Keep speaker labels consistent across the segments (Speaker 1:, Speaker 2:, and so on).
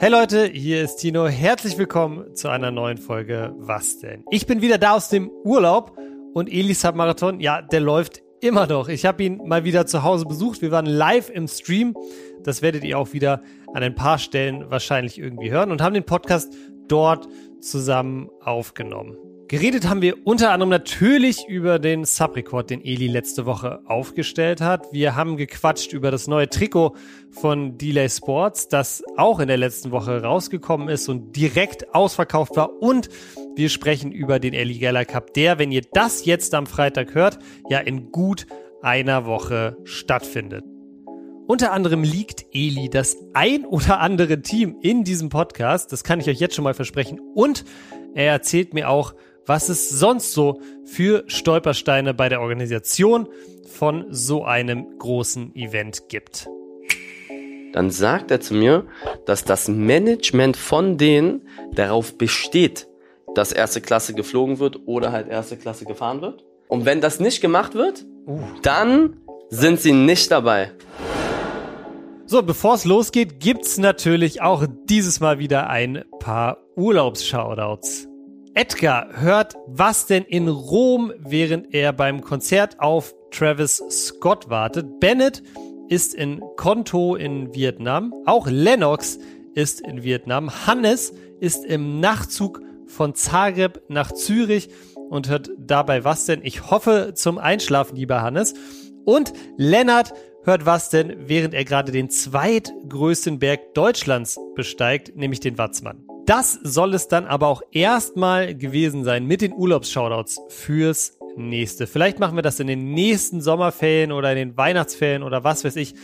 Speaker 1: Hey Leute, hier ist Tino. Herzlich willkommen zu einer neuen Folge Was denn? Ich bin wieder da aus dem Urlaub und Elis hat Marathon. Ja, der läuft immer noch. Ich habe ihn mal wieder zu Hause besucht. Wir waren live im Stream. Das werdet ihr auch wieder an ein paar Stellen wahrscheinlich irgendwie hören und haben den Podcast dort zusammen aufgenommen. Geredet haben wir unter anderem natürlich über den Subrekord, den Eli letzte Woche aufgestellt hat. Wir haben gequatscht über das neue Trikot von Delay Sports, das auch in der letzten Woche rausgekommen ist und direkt ausverkauft war. Und wir sprechen über den Eli Geller Cup, der, wenn ihr das jetzt am Freitag hört, ja in gut einer Woche stattfindet. Unter anderem liegt Eli das ein oder andere Team in diesem Podcast. Das kann ich euch jetzt schon mal versprechen. Und er erzählt mir auch, was es sonst so für Stolpersteine bei der Organisation von so einem großen Event gibt.
Speaker 2: Dann sagt er zu mir, dass das Management von denen darauf besteht, dass erste Klasse geflogen wird oder halt erste Klasse gefahren wird. Und wenn das nicht gemacht wird, dann sind sie nicht dabei.
Speaker 1: So, bevor es losgeht, gibt's natürlich auch dieses Mal wieder ein paar Urlaubsshoutouts. Edgar hört, was denn in Rom, während er beim Konzert auf Travis Scott wartet. Bennett ist in Konto in Vietnam. Auch Lennox ist in Vietnam. Hannes ist im Nachtzug von Zagreb nach Zürich und hört dabei, was denn? Ich hoffe zum Einschlafen, lieber Hannes. Und Lennart hört was denn, während er gerade den zweitgrößten Berg Deutschlands besteigt, nämlich den Watzmann. Das soll es dann aber auch erstmal gewesen sein mit den Urlaubsshoutouts fürs nächste. Vielleicht machen wir das in den nächsten Sommerferien oder in den Weihnachtsferien oder was weiß ich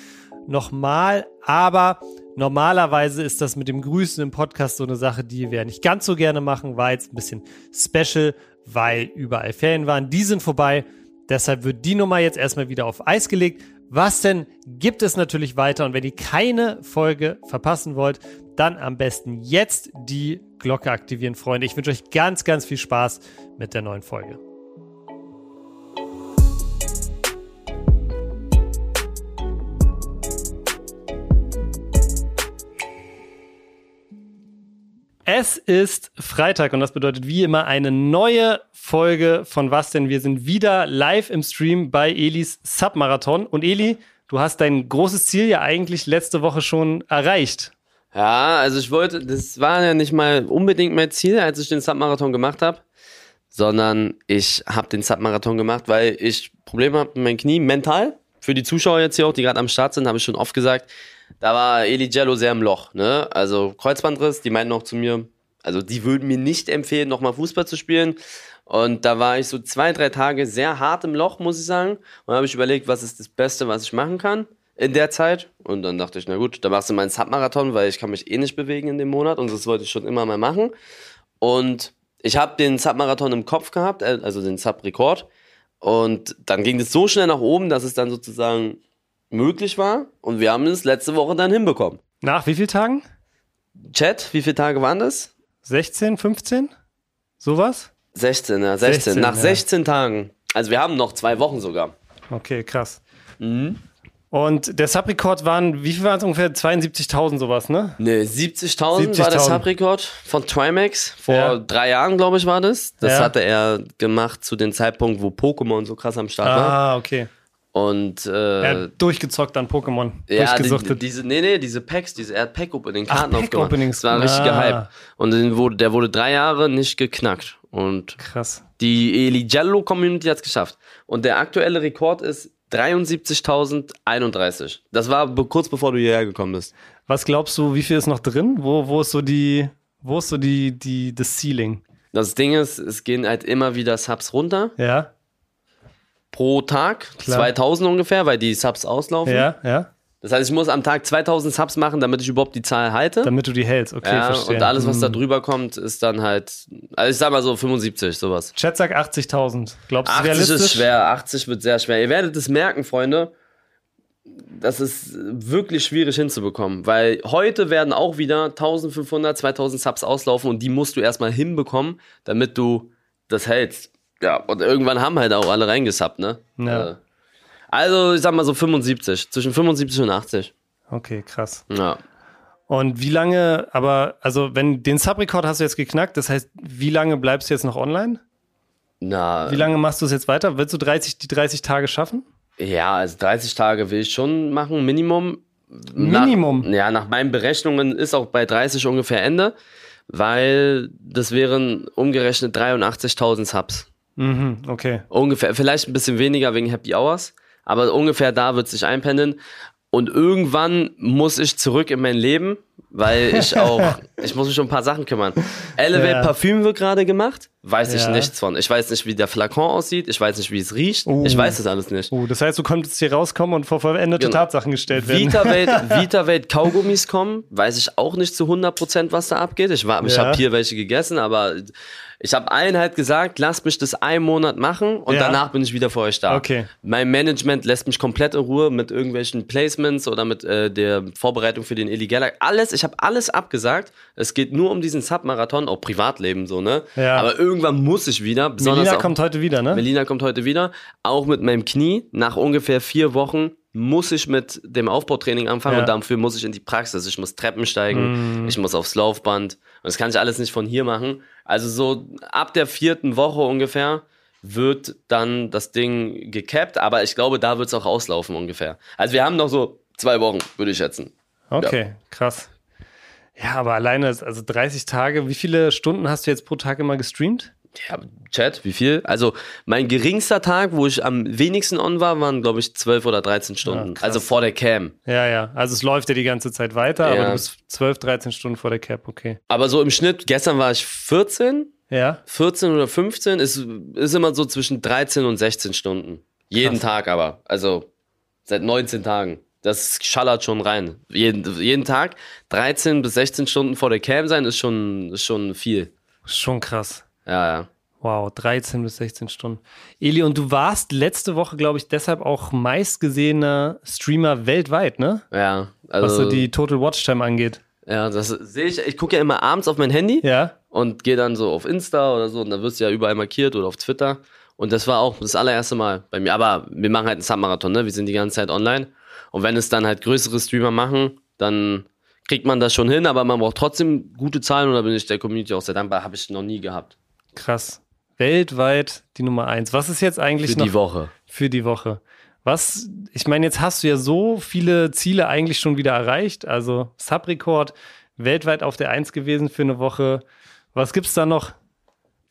Speaker 1: nochmal, aber normalerweise ist das mit dem Grüßen im Podcast so eine Sache, die wir nicht ganz so gerne machen, war jetzt ein bisschen special, weil überall Ferien waren. Die sind vorbei, deshalb wird die Nummer jetzt erstmal wieder auf Eis gelegt. Was denn gibt es natürlich weiter? Und wenn ihr keine Folge verpassen wollt, dann am besten jetzt die Glocke aktivieren, Freunde. Ich wünsche euch ganz, ganz viel Spaß mit der neuen Folge. Es ist Freitag und das bedeutet wie immer eine neue Folge von Was denn? Wir sind wieder live im Stream bei Elis Submarathon. Und Eli, du hast dein großes Ziel ja eigentlich letzte Woche schon erreicht.
Speaker 2: Ja, also ich wollte, das war ja nicht mal unbedingt mein Ziel, als ich den Submarathon gemacht habe, sondern ich habe den Submarathon gemacht, weil ich Probleme habe mit meinem Knie, mental. Für die Zuschauer jetzt hier auch, die gerade am Start sind, habe ich schon oft gesagt, da war Eli Jello sehr im Loch. Ne? Also Kreuzbandriss, die meinten auch zu mir, also die würden mir nicht empfehlen, nochmal Fußball zu spielen. Und da war ich so zwei, drei Tage sehr hart im Loch, muss ich sagen. Und habe ich überlegt, was ist das Beste, was ich machen kann in der Zeit. Und dann dachte ich, na gut, da machst du meinen Submarathon, weil ich kann mich eh nicht bewegen in dem Monat. Und das wollte ich schon immer mal machen. Und ich habe den Submarathon im Kopf gehabt, also den Subrekord. Und dann ging das so schnell nach oben, dass es dann sozusagen möglich war. Und wir haben es letzte Woche dann hinbekommen.
Speaker 1: Nach wie vielen Tagen?
Speaker 2: Chat, wie viele Tage waren das?
Speaker 1: 16, 15? Sowas?
Speaker 2: 16, ja, 16.
Speaker 1: 16,
Speaker 2: Nach
Speaker 1: ja.
Speaker 2: 16 Tagen. Also wir haben noch zwei Wochen sogar.
Speaker 1: Okay, krass.
Speaker 2: Mhm.
Speaker 1: Und der Subrekord waren, wie viel waren es ungefähr? 72.000 sowas, ne?
Speaker 2: Ne, 70.000 war
Speaker 1: 70.000.
Speaker 2: der Subrekord von Trimax. Vor
Speaker 1: Ja.
Speaker 2: drei Jahren, glaube ich, war das. Das
Speaker 1: Ja.
Speaker 2: hatte er gemacht zu dem Zeitpunkt, wo Pokémon so krass am Start war.
Speaker 1: Ah, okay.
Speaker 2: Und
Speaker 1: Er
Speaker 2: äh,
Speaker 1: hat durchgezockt an Pokémon.
Speaker 2: ja, die,
Speaker 1: durchgesuchtet.
Speaker 2: diese, nee, nee, diese Packs, diese, er hat Pack-Opening, Karten
Speaker 1: Ach,
Speaker 2: aufgemacht.
Speaker 1: Pack-Openings.
Speaker 2: Das war ein richtiger
Speaker 1: Ah.
Speaker 2: Hype. Und den wurde, der wurde drei Jahre nicht geknackt. Und
Speaker 1: Krass.
Speaker 2: Die Eligello Community hat es geschafft. Und der aktuelle Rekord ist 73.031. Das war be kurz bevor du hierher gekommen bist.
Speaker 1: Was glaubst du, wie viel ist noch drin? Wo, wo ist so die, wo ist so die, die, das Ceiling?
Speaker 2: Das Ding ist, es gehen halt immer wieder Subs runter
Speaker 1: Ja,
Speaker 2: pro Tag.
Speaker 1: Klar.
Speaker 2: 2000 ungefähr, weil die Subs auslaufen.
Speaker 1: ja, ja.
Speaker 2: Das heißt, ich muss am Tag 2000 Subs machen, damit ich überhaupt die Zahl halte.
Speaker 1: Damit du die hältst. Okay,
Speaker 2: ja,
Speaker 1: verstehe.
Speaker 2: und alles, was
Speaker 1: Hm.
Speaker 2: da drüber kommt, ist dann halt, also ich sag mal so 75, sowas.
Speaker 1: Chat sagt 80.000. Glaubst du,
Speaker 2: 80
Speaker 1: realistisch?
Speaker 2: ist schwer, 80 wird sehr schwer. Ihr werdet es merken, Freunde. Das ist wirklich schwierig hinzubekommen, weil heute werden auch wieder 1500, 2000 Subs auslaufen und die musst du erstmal hinbekommen, damit du das hältst. Ja, und irgendwann haben halt auch alle reingesubbt, ne?
Speaker 1: Ja.
Speaker 2: Äh, Also, ich sag mal so 75, zwischen 75 und 80.
Speaker 1: Okay, krass.
Speaker 2: Ja.
Speaker 1: Und wie lange, aber, also, wenn den Subrekord hast du jetzt geknackt, das heißt, wie lange bleibst du jetzt noch online?
Speaker 2: Na,
Speaker 1: Wie lange machst du es jetzt weiter? Willst du 30, die 30 Tage schaffen?
Speaker 2: ja, also 30 Tage will ich schon machen, Minimum.
Speaker 1: Minimum?
Speaker 2: Nach, ja, nach meinen Berechnungen ist auch bei 30 ungefähr Ende, weil das wären umgerechnet 83.000 Subs.
Speaker 1: Mhm, okay.
Speaker 2: Ungefähr, vielleicht ein bisschen weniger wegen Happy Hours, aber ungefähr da wird sich einpendeln. Und irgendwann muss ich zurück in mein Leben, weil ich auch, ich muss mich um ein paar Sachen kümmern. Elevate
Speaker 1: Ja.
Speaker 2: Parfüm wird gerade gemacht, weiß ich
Speaker 1: Ja.
Speaker 2: nichts von. Ich weiß nicht, wie der Flakon aussieht, ich weiß nicht, wie es riecht,
Speaker 1: Oh.
Speaker 2: ich weiß das alles nicht.
Speaker 1: Uh, das heißt, du konntest hier rauskommen und vor vollendete
Speaker 2: Genau.
Speaker 1: Tatsachen gestellt werden.
Speaker 2: Vita-Welt Vita-Welt Kaugummis kommen, weiß ich auch nicht zu 100%, was da abgeht. Ich, war- ich
Speaker 1: Ja.
Speaker 2: habe hier welche gegessen, aber ich habe allen halt gesagt, lasst mich das einen Monat machen und
Speaker 1: Ja.
Speaker 2: danach bin ich wieder für euch da.
Speaker 1: Okay.
Speaker 2: Mein Management lässt mich komplett in Ruhe mit irgendwelchen Placements oder mit äh, der Vorbereitung für den Illegaler. Alles, ich habe alles abgesagt. Es geht nur um diesen Submarathon, auch Privatleben so, ne?
Speaker 1: Ja.
Speaker 2: Aber irgendwann muss ich wieder, besonders
Speaker 1: Melina
Speaker 2: auch-
Speaker 1: kommt heute wieder, ne?
Speaker 2: Melina kommt heute wieder. Auch mit meinem Knie. Nach ungefähr vier Wochen muss ich mit dem Aufbautraining anfangen
Speaker 1: Ja.
Speaker 2: und dafür muss ich in die Praxis. Ich muss Treppen steigen, ich muss aufs Laufband. Und das kann ich alles nicht von hier machen. Also so ab der vierten Woche ungefähr wird dann das Ding gecapped, aber ich glaube, da wird es auch auslaufen ungefähr. Also wir haben noch so zwei Wochen, würde ich schätzen.
Speaker 1: Okay, krass. Ja, aber alleine, ist also 30 Tage, wie viele Stunden hast du jetzt pro Tag immer gestreamt?
Speaker 2: Ja, Chat, wie viel? Also mein geringster Tag, wo ich am wenigsten on war, waren glaube ich 12 oder 13 Stunden. also vor der Cam.
Speaker 1: Ja, ja. Also es läuft ja die ganze Zeit weiter, aber
Speaker 2: Ja.
Speaker 1: du bist 12, 13 Stunden vor der Cap, okay.
Speaker 2: Aber so im Schnitt, gestern war ich 14,
Speaker 1: Ja.
Speaker 2: 14 oder 15, ist, ist immer so zwischen 13 und 16 Stunden. Jeden
Speaker 1: Krass.
Speaker 2: Tag aber. Also seit 19 Tagen. Das schallert schon rein. Jeden, jeden Tag 13 bis 16 Stunden vor der Cam sein ist schon, ist schon viel.
Speaker 1: Schon krass.
Speaker 2: Ja, ja.
Speaker 1: Wow, 13 bis 16 Stunden. Eli, und du warst letzte Woche, glaube ich, deshalb auch meistgesehener Streamer weltweit, ne?
Speaker 2: Ja,
Speaker 1: Was
Speaker 2: also
Speaker 1: so die Total Watchtime angeht.
Speaker 2: ja, das sehe ich. Ich gucke ja immer abends auf mein Handy
Speaker 1: Ja.
Speaker 2: und gehe dann so auf Insta oder so und dann wirst du ja überall markiert oder auf Twitter. Und das war auch das allererste Mal bei mir. Aber wir machen halt einen Submarathon, ne? Wir sind die ganze Zeit online. Und wenn es dann halt größere Streamer machen, dann kriegt man das schon hin, aber man braucht trotzdem gute Zahlen und da bin ich der Community auch sehr dankbar. Habe ich noch nie gehabt.
Speaker 1: Krass. Weltweit die Nummer eins. Was ist jetzt eigentlich
Speaker 2: Für
Speaker 1: noch
Speaker 2: die Woche.
Speaker 1: für die Woche? Was, ich meine, jetzt hast du ja so viele Ziele eigentlich schon wieder erreicht. Also Subrekord, weltweit auf der Eins gewesen für eine Woche. Was gibt's da noch?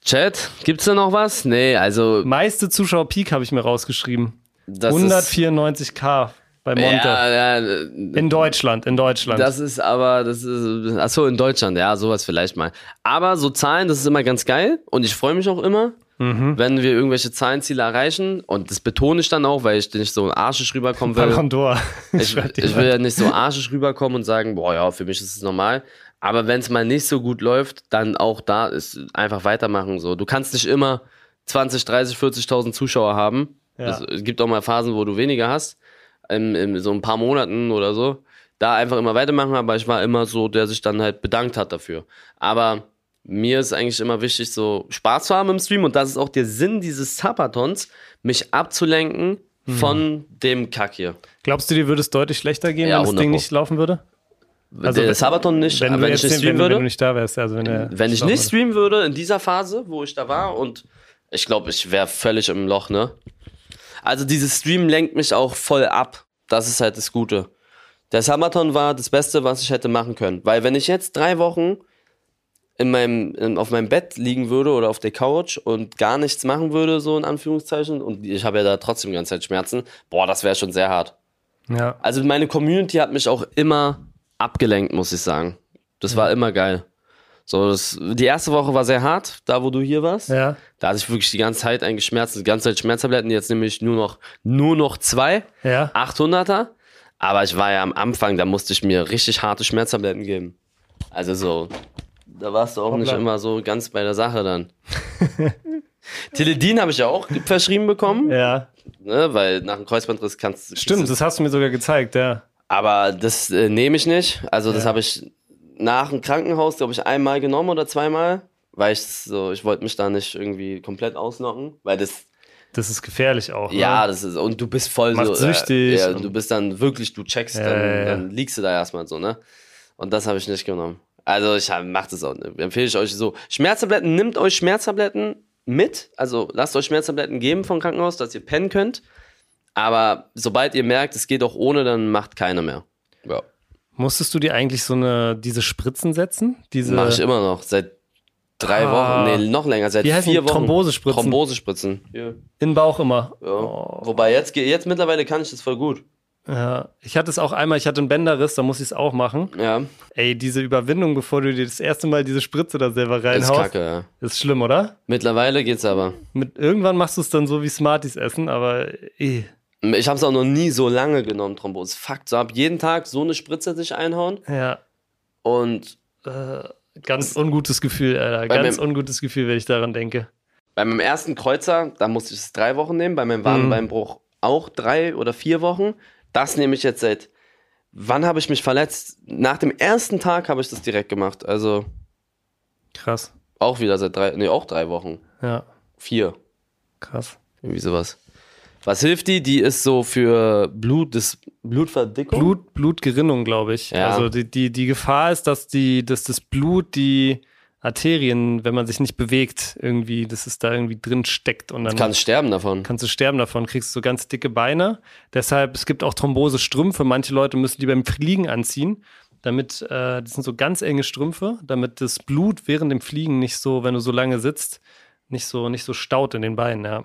Speaker 2: Chat, gibt's da noch was? Nee, also
Speaker 1: Meiste Zuschauer-Peak habe ich mir rausgeschrieben.
Speaker 2: das ist.
Speaker 1: 194k bei Monte.
Speaker 2: Ja, ja,
Speaker 1: In Deutschland, in Deutschland.
Speaker 2: Das ist aber, das ist, ach so in Deutschland, ja, sowas vielleicht mal. Aber so Zahlen, das ist immer ganz geil und ich freue mich auch immer, wenn wir irgendwelche Zahlenziele erreichen und das betone ich dann auch, weil ich nicht so arschisch rüberkommen will.
Speaker 1: Ballon d'Or.
Speaker 2: äh, Ich,
Speaker 1: Schreibt
Speaker 2: ich
Speaker 1: jemand.
Speaker 2: will ja nicht so arschisch rüberkommen und sagen, boah, ja, für mich ist es normal. Aber wenn es mal nicht so gut läuft, dann auch da ist einfach weitermachen so. Du kannst nicht immer 20, 30, 40.000 Zuschauer haben.
Speaker 1: Ja.
Speaker 2: Es- Es gibt auch mal Phasen, wo du weniger hast, in, in so ein paar Monaten oder so. Da einfach immer weitermachen, aber ich war immer so, der sich dann halt bedankt hat dafür. Aber mir ist eigentlich immer wichtig, so Spaß zu haben im Stream und das ist auch der Sinn dieses Zapathons, mich abzulenken von dem Kack hier.
Speaker 1: Glaubst du, dir würde es deutlich schlechter gehen,
Speaker 2: Ja,
Speaker 1: wenn das Ding
Speaker 2: 100 Pro.
Speaker 1: nicht laufen würde? Also,
Speaker 2: der Sabaton nicht,
Speaker 1: Wenn,
Speaker 2: aber
Speaker 1: du
Speaker 2: wenn ich
Speaker 1: jetzt
Speaker 2: nicht
Speaker 1: den, wenn,
Speaker 2: streamen
Speaker 1: wenn du
Speaker 2: würde. Äh,
Speaker 1: nicht da wärst. Also wenn, er-
Speaker 2: Wenn ich
Speaker 1: laufen
Speaker 2: nicht
Speaker 1: würde.
Speaker 2: streamen würde, in dieser Phase, wo ich da war und ich glaube, ich wäre völlig im Loch, ne? Also dieses Stream lenkt mich auch voll ab. Das ist halt das Gute. Der Samathon war das Beste, was ich hätte machen können. Weil wenn ich jetzt drei Wochen in meinem, in, auf meinem Bett liegen würde oder auf der Couch und gar nichts machen würde, so in Anführungszeichen, und ich habe ja da trotzdem die ganze Zeit Schmerzen, boah, das wäre schon sehr hart.
Speaker 1: Ja.
Speaker 2: Also meine Community hat mich auch immer abgelenkt, muss ich sagen. Das war immer geil. So, das, die erste Woche war sehr hart, da wo du hier warst.
Speaker 1: ja.
Speaker 2: Da hatte ich wirklich die ganze Zeit eigentlich Schmerzen, die ganze Zeit Schmerztabletten. Jetzt nehme ich nur noch, nur noch zwei
Speaker 1: Ja.
Speaker 2: 800er. Aber ich war ja am Anfang, da musste ich mir richtig harte Schmerztabletten geben. Also so, da warst du auch nicht immer so ganz bei der Sache dann. Teledin habe ich ja auch verschrieben bekommen,
Speaker 1: Ja.
Speaker 2: ne, weil nach dem Kreuzbandriss kannst du...
Speaker 1: Stimmt, das hast du mir sogar gezeigt, ja.
Speaker 2: Aber das äh, nehme ich nicht. Also das habe ich nach dem Krankenhaus, glaube ich, einmal genommen oder zweimal, weil ich so, ich wollte mich da nicht irgendwie komplett ausnocken, weil das,
Speaker 1: Das ist gefährlich auch.
Speaker 2: ja,
Speaker 1: ne?
Speaker 2: das ist, und du bist voll
Speaker 1: Macht
Speaker 2: so, äh,
Speaker 1: süchtig
Speaker 2: ja,
Speaker 1: und-
Speaker 2: du bist dann wirklich, du checkst,
Speaker 1: Ja,
Speaker 2: dann,
Speaker 1: ja, ja.
Speaker 2: dann liegst du da erstmal so, ne? Und das habe ich nicht genommen. Also ich hab- macht es auch. nicht. Empfehle ich euch so. Schmerztabletten, nehmt euch Schmerztabletten mit. Also lasst euch Schmerztabletten geben vom Krankenhaus, dass ihr pennen könnt. Aber sobald ihr merkt, es geht auch ohne, dann macht keine mehr. Ja.
Speaker 1: Musstest du dir eigentlich so eine, diese Spritzen setzen? Diese,
Speaker 2: Mache ich immer noch. Seit drei
Speaker 1: Ah.
Speaker 2: Wochen. Nee, noch länger. Seit
Speaker 1: Wie heißen
Speaker 2: vier
Speaker 1: die?
Speaker 2: Wochen.
Speaker 1: Thrombosespritzen?
Speaker 2: Thrombosespritzen. Ja.
Speaker 1: in den Bauch immer. Oh.
Speaker 2: Ja. Wobei jetzt, ge- jetzt mittlerweile kann ich das voll gut.
Speaker 1: Ja. Ich hatte es auch einmal, ich hatte einen Bänderriss, da muss ich es auch machen.
Speaker 2: Ja.
Speaker 1: Ey, diese Überwindung, bevor du dir das erste Mal diese Spritze da selber
Speaker 2: Ist
Speaker 1: reinhaust,
Speaker 2: kacke, ja.
Speaker 1: ist schlimm, oder?
Speaker 2: Mittlerweile geht's aber.
Speaker 1: Mit, irgendwann machst du es dann so wie Smarties essen, aber eh.
Speaker 2: Ich habe es auch noch nie so lange genommen, Thrombose. Fakt, so hab jeden Tag so eine Spritze sich einhauen
Speaker 1: Ja,
Speaker 2: und
Speaker 1: äh, ganz ungutes Gefühl, Alter.
Speaker 2: Bei
Speaker 1: Ganz
Speaker 2: mir-
Speaker 1: ungutes Gefühl, wenn ich daran denke.
Speaker 2: Bei meinem ersten Kreuzer, da musste ich es drei Wochen nehmen, bei meinem
Speaker 1: Mhm.
Speaker 2: Wadenbeinbruch auch drei oder vier Wochen. Das nehme ich jetzt seit. Wann habe ich mich verletzt? Nach dem ersten Tag habe ich das direkt gemacht. Also
Speaker 1: Krass.
Speaker 2: auch wieder seit drei, nee, auch drei Wochen.
Speaker 1: Ja,
Speaker 2: Vier.
Speaker 1: krass.
Speaker 2: Irgendwie sowas. Was hilft die? Die ist so für Blut, das Blutverdickung.
Speaker 1: Blut, Blutgerinnung, glaube ich.
Speaker 2: Ja.
Speaker 1: Also die, die, die Gefahr ist, dass, die, dass das Blut die Arterien, wenn man sich nicht bewegt, irgendwie, dass es da irgendwie drin steckt und dann
Speaker 2: Du kannst sterben davon.
Speaker 1: kannst du sterben davon, kriegst so ganz dicke Beine. Deshalb, es gibt auch Thrombosestrümpfe. Manche Leute müssen die beim Fliegen anziehen, damit, äh, das sind so ganz enge Strümpfe, damit das Blut während dem Fliegen nicht so, wenn du so lange sitzt, nicht so, nicht so staut in den Beinen, ja.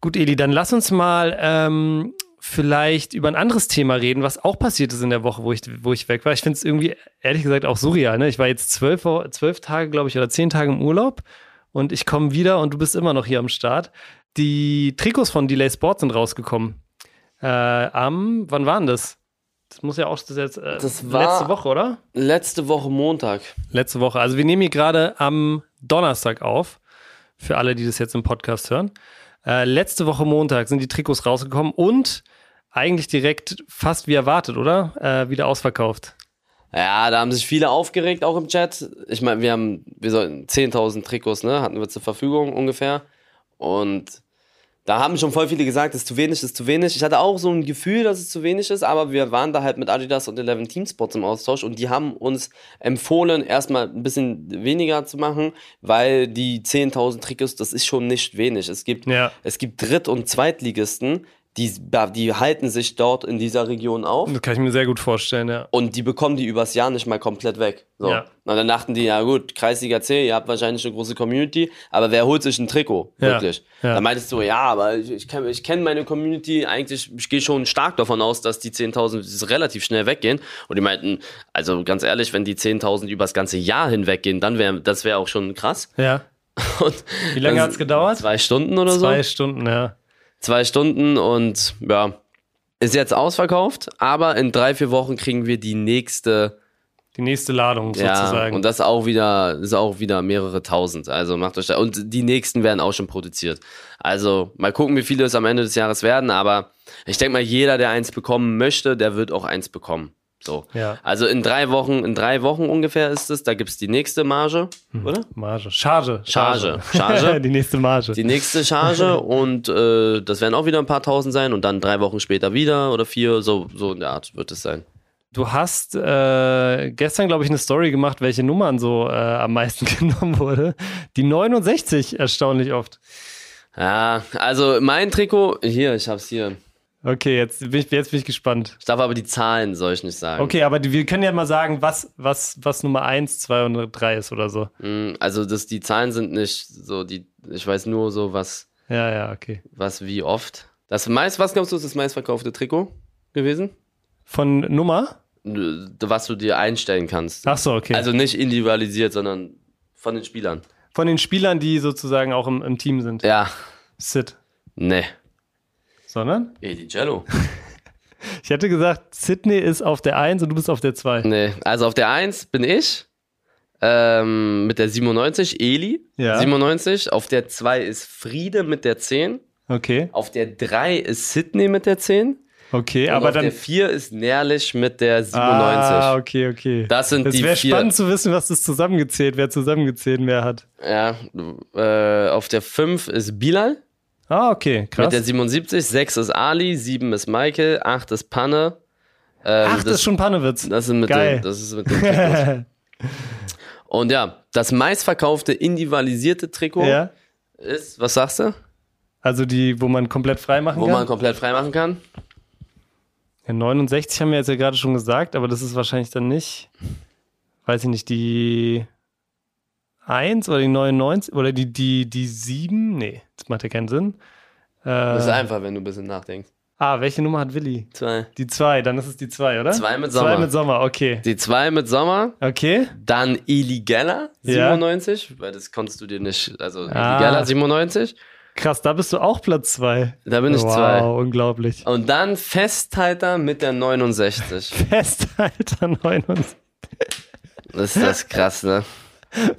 Speaker 1: Gut, Eli, dann lass uns mal ähm, vielleicht über ein anderes Thema reden, was auch passiert ist in der Woche, wo ich, wo ich weg war. Ich finde es irgendwie, ehrlich gesagt, auch surreal. Ne? Ich war jetzt zwölf, Wo- zwölf Tage, glaube ich, oder zehn Tage im Urlaub und ich komme wieder und du bist immer noch hier am Start. Die Trikots von Delay Sport sind rausgekommen. Äh, am, wann waren das? Das muss ja auch das ist jetzt, äh,
Speaker 2: Das war-
Speaker 1: letzte Woche, oder?
Speaker 2: Letzte Woche Montag.
Speaker 1: Letzte Woche. Also wir nehmen hier gerade am Donnerstag auf, für alle, die das jetzt im Podcast hören. Äh, letzte Woche Montag sind die Trikots rausgekommen und eigentlich direkt fast wie erwartet, oder? Äh, wieder ausverkauft.
Speaker 2: Ja, da haben sich viele aufgeregt, auch im Chat. Ich meine, wir haben, wir sollten 10.000 Trikots, ne, hatten wir zur Verfügung ungefähr. Und da haben schon voll viele gesagt, es ist zu wenig, es ist zu wenig. Ich hatte auch so ein Gefühl, dass es zu wenig ist, aber wir waren da halt mit Adidas und 11 Team Sports im Austausch und die haben uns empfohlen, erstmal ein bisschen weniger zu machen, weil die 10.000 Trikots, das ist schon nicht wenig. Es gibt
Speaker 1: Ja.
Speaker 2: es gibt Dritt- und Zweitligisten, die, die halten sich dort in dieser Region auf.
Speaker 1: Das kann ich mir sehr gut vorstellen, ja.
Speaker 2: Und die bekommen die übers Jahr nicht mal komplett weg. So.
Speaker 1: Ja.
Speaker 2: Und dann dachten die, ja gut, Kreisliga C, ihr habt wahrscheinlich eine große Community, aber wer holt sich ein Trikot?
Speaker 1: Ja.
Speaker 2: Wirklich.
Speaker 1: Ja.
Speaker 2: Dann meintest du, ja, aber ich, ich kenne ich kenn meine Community, eigentlich, ich gehe schon stark davon aus, dass die 10.000 relativ schnell weggehen. Und die meinten, also ganz ehrlich, wenn die 10.000 übers ganze Jahr hinweggehen, dann wäre, das wäre auch schon krass.
Speaker 1: Ja.
Speaker 2: Und
Speaker 1: Wie lange
Speaker 2: dann-
Speaker 1: hat's gedauert?
Speaker 2: Zwei Stunden oder so?
Speaker 1: Zwei Stunden, ja.
Speaker 2: zwei Stunden und ja, ist jetzt ausverkauft, aber in drei, vier Wochen kriegen wir die nächste
Speaker 1: Die nächste Ladung
Speaker 2: ja,
Speaker 1: sozusagen.
Speaker 2: und das auch wieder, ist auch wieder mehrere tausend. Also macht euch da. Und die nächsten werden auch schon produziert. Also mal gucken, wie viele es am Ende des Jahres werden, aber ich denke mal, jeder, der eins bekommen möchte, der wird auch eins bekommen. So.
Speaker 1: Ja.
Speaker 2: Also in drei Wochen, in drei Wochen ungefähr ist es, da gibt es die nächste Marge,
Speaker 1: Hm.
Speaker 2: oder?
Speaker 1: Marge. Charge.
Speaker 2: Charge. Charge.
Speaker 1: die nächste Marge.
Speaker 2: Die nächste Charge und äh, das werden auch wieder ein paar tausend sein und dann drei Wochen später wieder oder vier, so, so in der Art wird es sein.
Speaker 1: Du hast äh, gestern, glaube ich, eine Story gemacht, welche Nummern so äh, am meisten genommen wurde. Die 69 erstaunlich oft.
Speaker 2: Ja, also mein Trikot, hier, ich hab's hier.
Speaker 1: Okay, jetzt bin ich, jetzt bin ich gespannt.
Speaker 2: Ich darf aber die Zahlen soll ich nicht sagen.
Speaker 1: Okay, aber die, wir können ja mal sagen, was, was, was Nummer 1, 2 und 3 ist oder so.
Speaker 2: Mm, Also das, die Zahlen sind nicht so, die, ich weiß nur so, was,
Speaker 1: Ja, ja, okay.
Speaker 2: was wie oft. Das meist, was glaubst du, ist das meistverkaufte Trikot gewesen?
Speaker 1: Von Nummer?
Speaker 2: N- Was du dir einstellen kannst.
Speaker 1: Ach so, okay.
Speaker 2: Also nicht individualisiert, sondern von den Spielern.
Speaker 1: Von den Spielern, die sozusagen auch im, im Team sind.
Speaker 2: Ja,
Speaker 1: Sid.
Speaker 2: ne.
Speaker 1: Sondern?
Speaker 2: Edi Jello.
Speaker 1: Ich hätte gesagt, Sydney ist auf der 1 und du bist auf der 2.
Speaker 2: Nee, also auf der 1 bin ich. Ähm, mit der 97, Eli.
Speaker 1: Ja.
Speaker 2: 97. Auf der 2 ist Friede mit der 10.
Speaker 1: Okay,
Speaker 2: Auf der 3 ist Sydney mit der 10.
Speaker 1: okay,
Speaker 2: Und
Speaker 1: aber
Speaker 2: auf der
Speaker 1: dann.
Speaker 2: 4 ist Nerlich mit der 97.
Speaker 1: Ah, okay, okay.
Speaker 2: Das sind
Speaker 1: Es
Speaker 2: die
Speaker 1: wäre
Speaker 2: vier.
Speaker 1: spannend zu wissen, was das zusammengezählt, wer zusammengezählt mehr hat.
Speaker 2: Ja, äh, auf der 5 ist Bilal
Speaker 1: Ah, okay, krass.
Speaker 2: mit der 77, 6 ist Ali, 7 ist Michael, 8 ist Panne, Ähm,
Speaker 1: Ach, das, ist schon Pannewitz.
Speaker 2: das ist mit
Speaker 1: Geil.
Speaker 2: dem, das ist mit dem Trikot. Und ja, das meistverkaufte individualisierte Trikot
Speaker 1: ja.
Speaker 2: ist, was sagst du?
Speaker 1: Also die, wo man komplett frei machen
Speaker 2: Wo
Speaker 1: kann.
Speaker 2: man komplett frei machen kann.
Speaker 1: Ja, 69 haben wir jetzt ja gerade schon gesagt, aber das ist wahrscheinlich dann nicht, weiß ich nicht, die 1 oder die 99 oder die, die, die 7? Nee, das macht ja keinen Sinn. Äh,
Speaker 2: Das ist einfach, wenn du ein bisschen nachdenkst.
Speaker 1: ah, welche Nummer hat Willi?
Speaker 2: Zwei.
Speaker 1: Die 2, dann ist es die 2, oder?
Speaker 2: Zwei mit
Speaker 1: Zwei
Speaker 2: Sommer.
Speaker 1: mit Sommer, okay.
Speaker 2: Die zwei mit Sommer,
Speaker 1: Okay.
Speaker 2: dann Eli Geller
Speaker 1: Ja.
Speaker 2: 97, weil das konntest du dir nicht, also
Speaker 1: Ah.
Speaker 2: Eli Geller 97,
Speaker 1: Krass, da bist du auch Platz 2.
Speaker 2: da bin ich
Speaker 1: wow,
Speaker 2: zwei.
Speaker 1: unglaublich.
Speaker 2: Und dann Festhalter mit der 69.
Speaker 1: Festhalter 99.
Speaker 2: Das ist das krass, ne?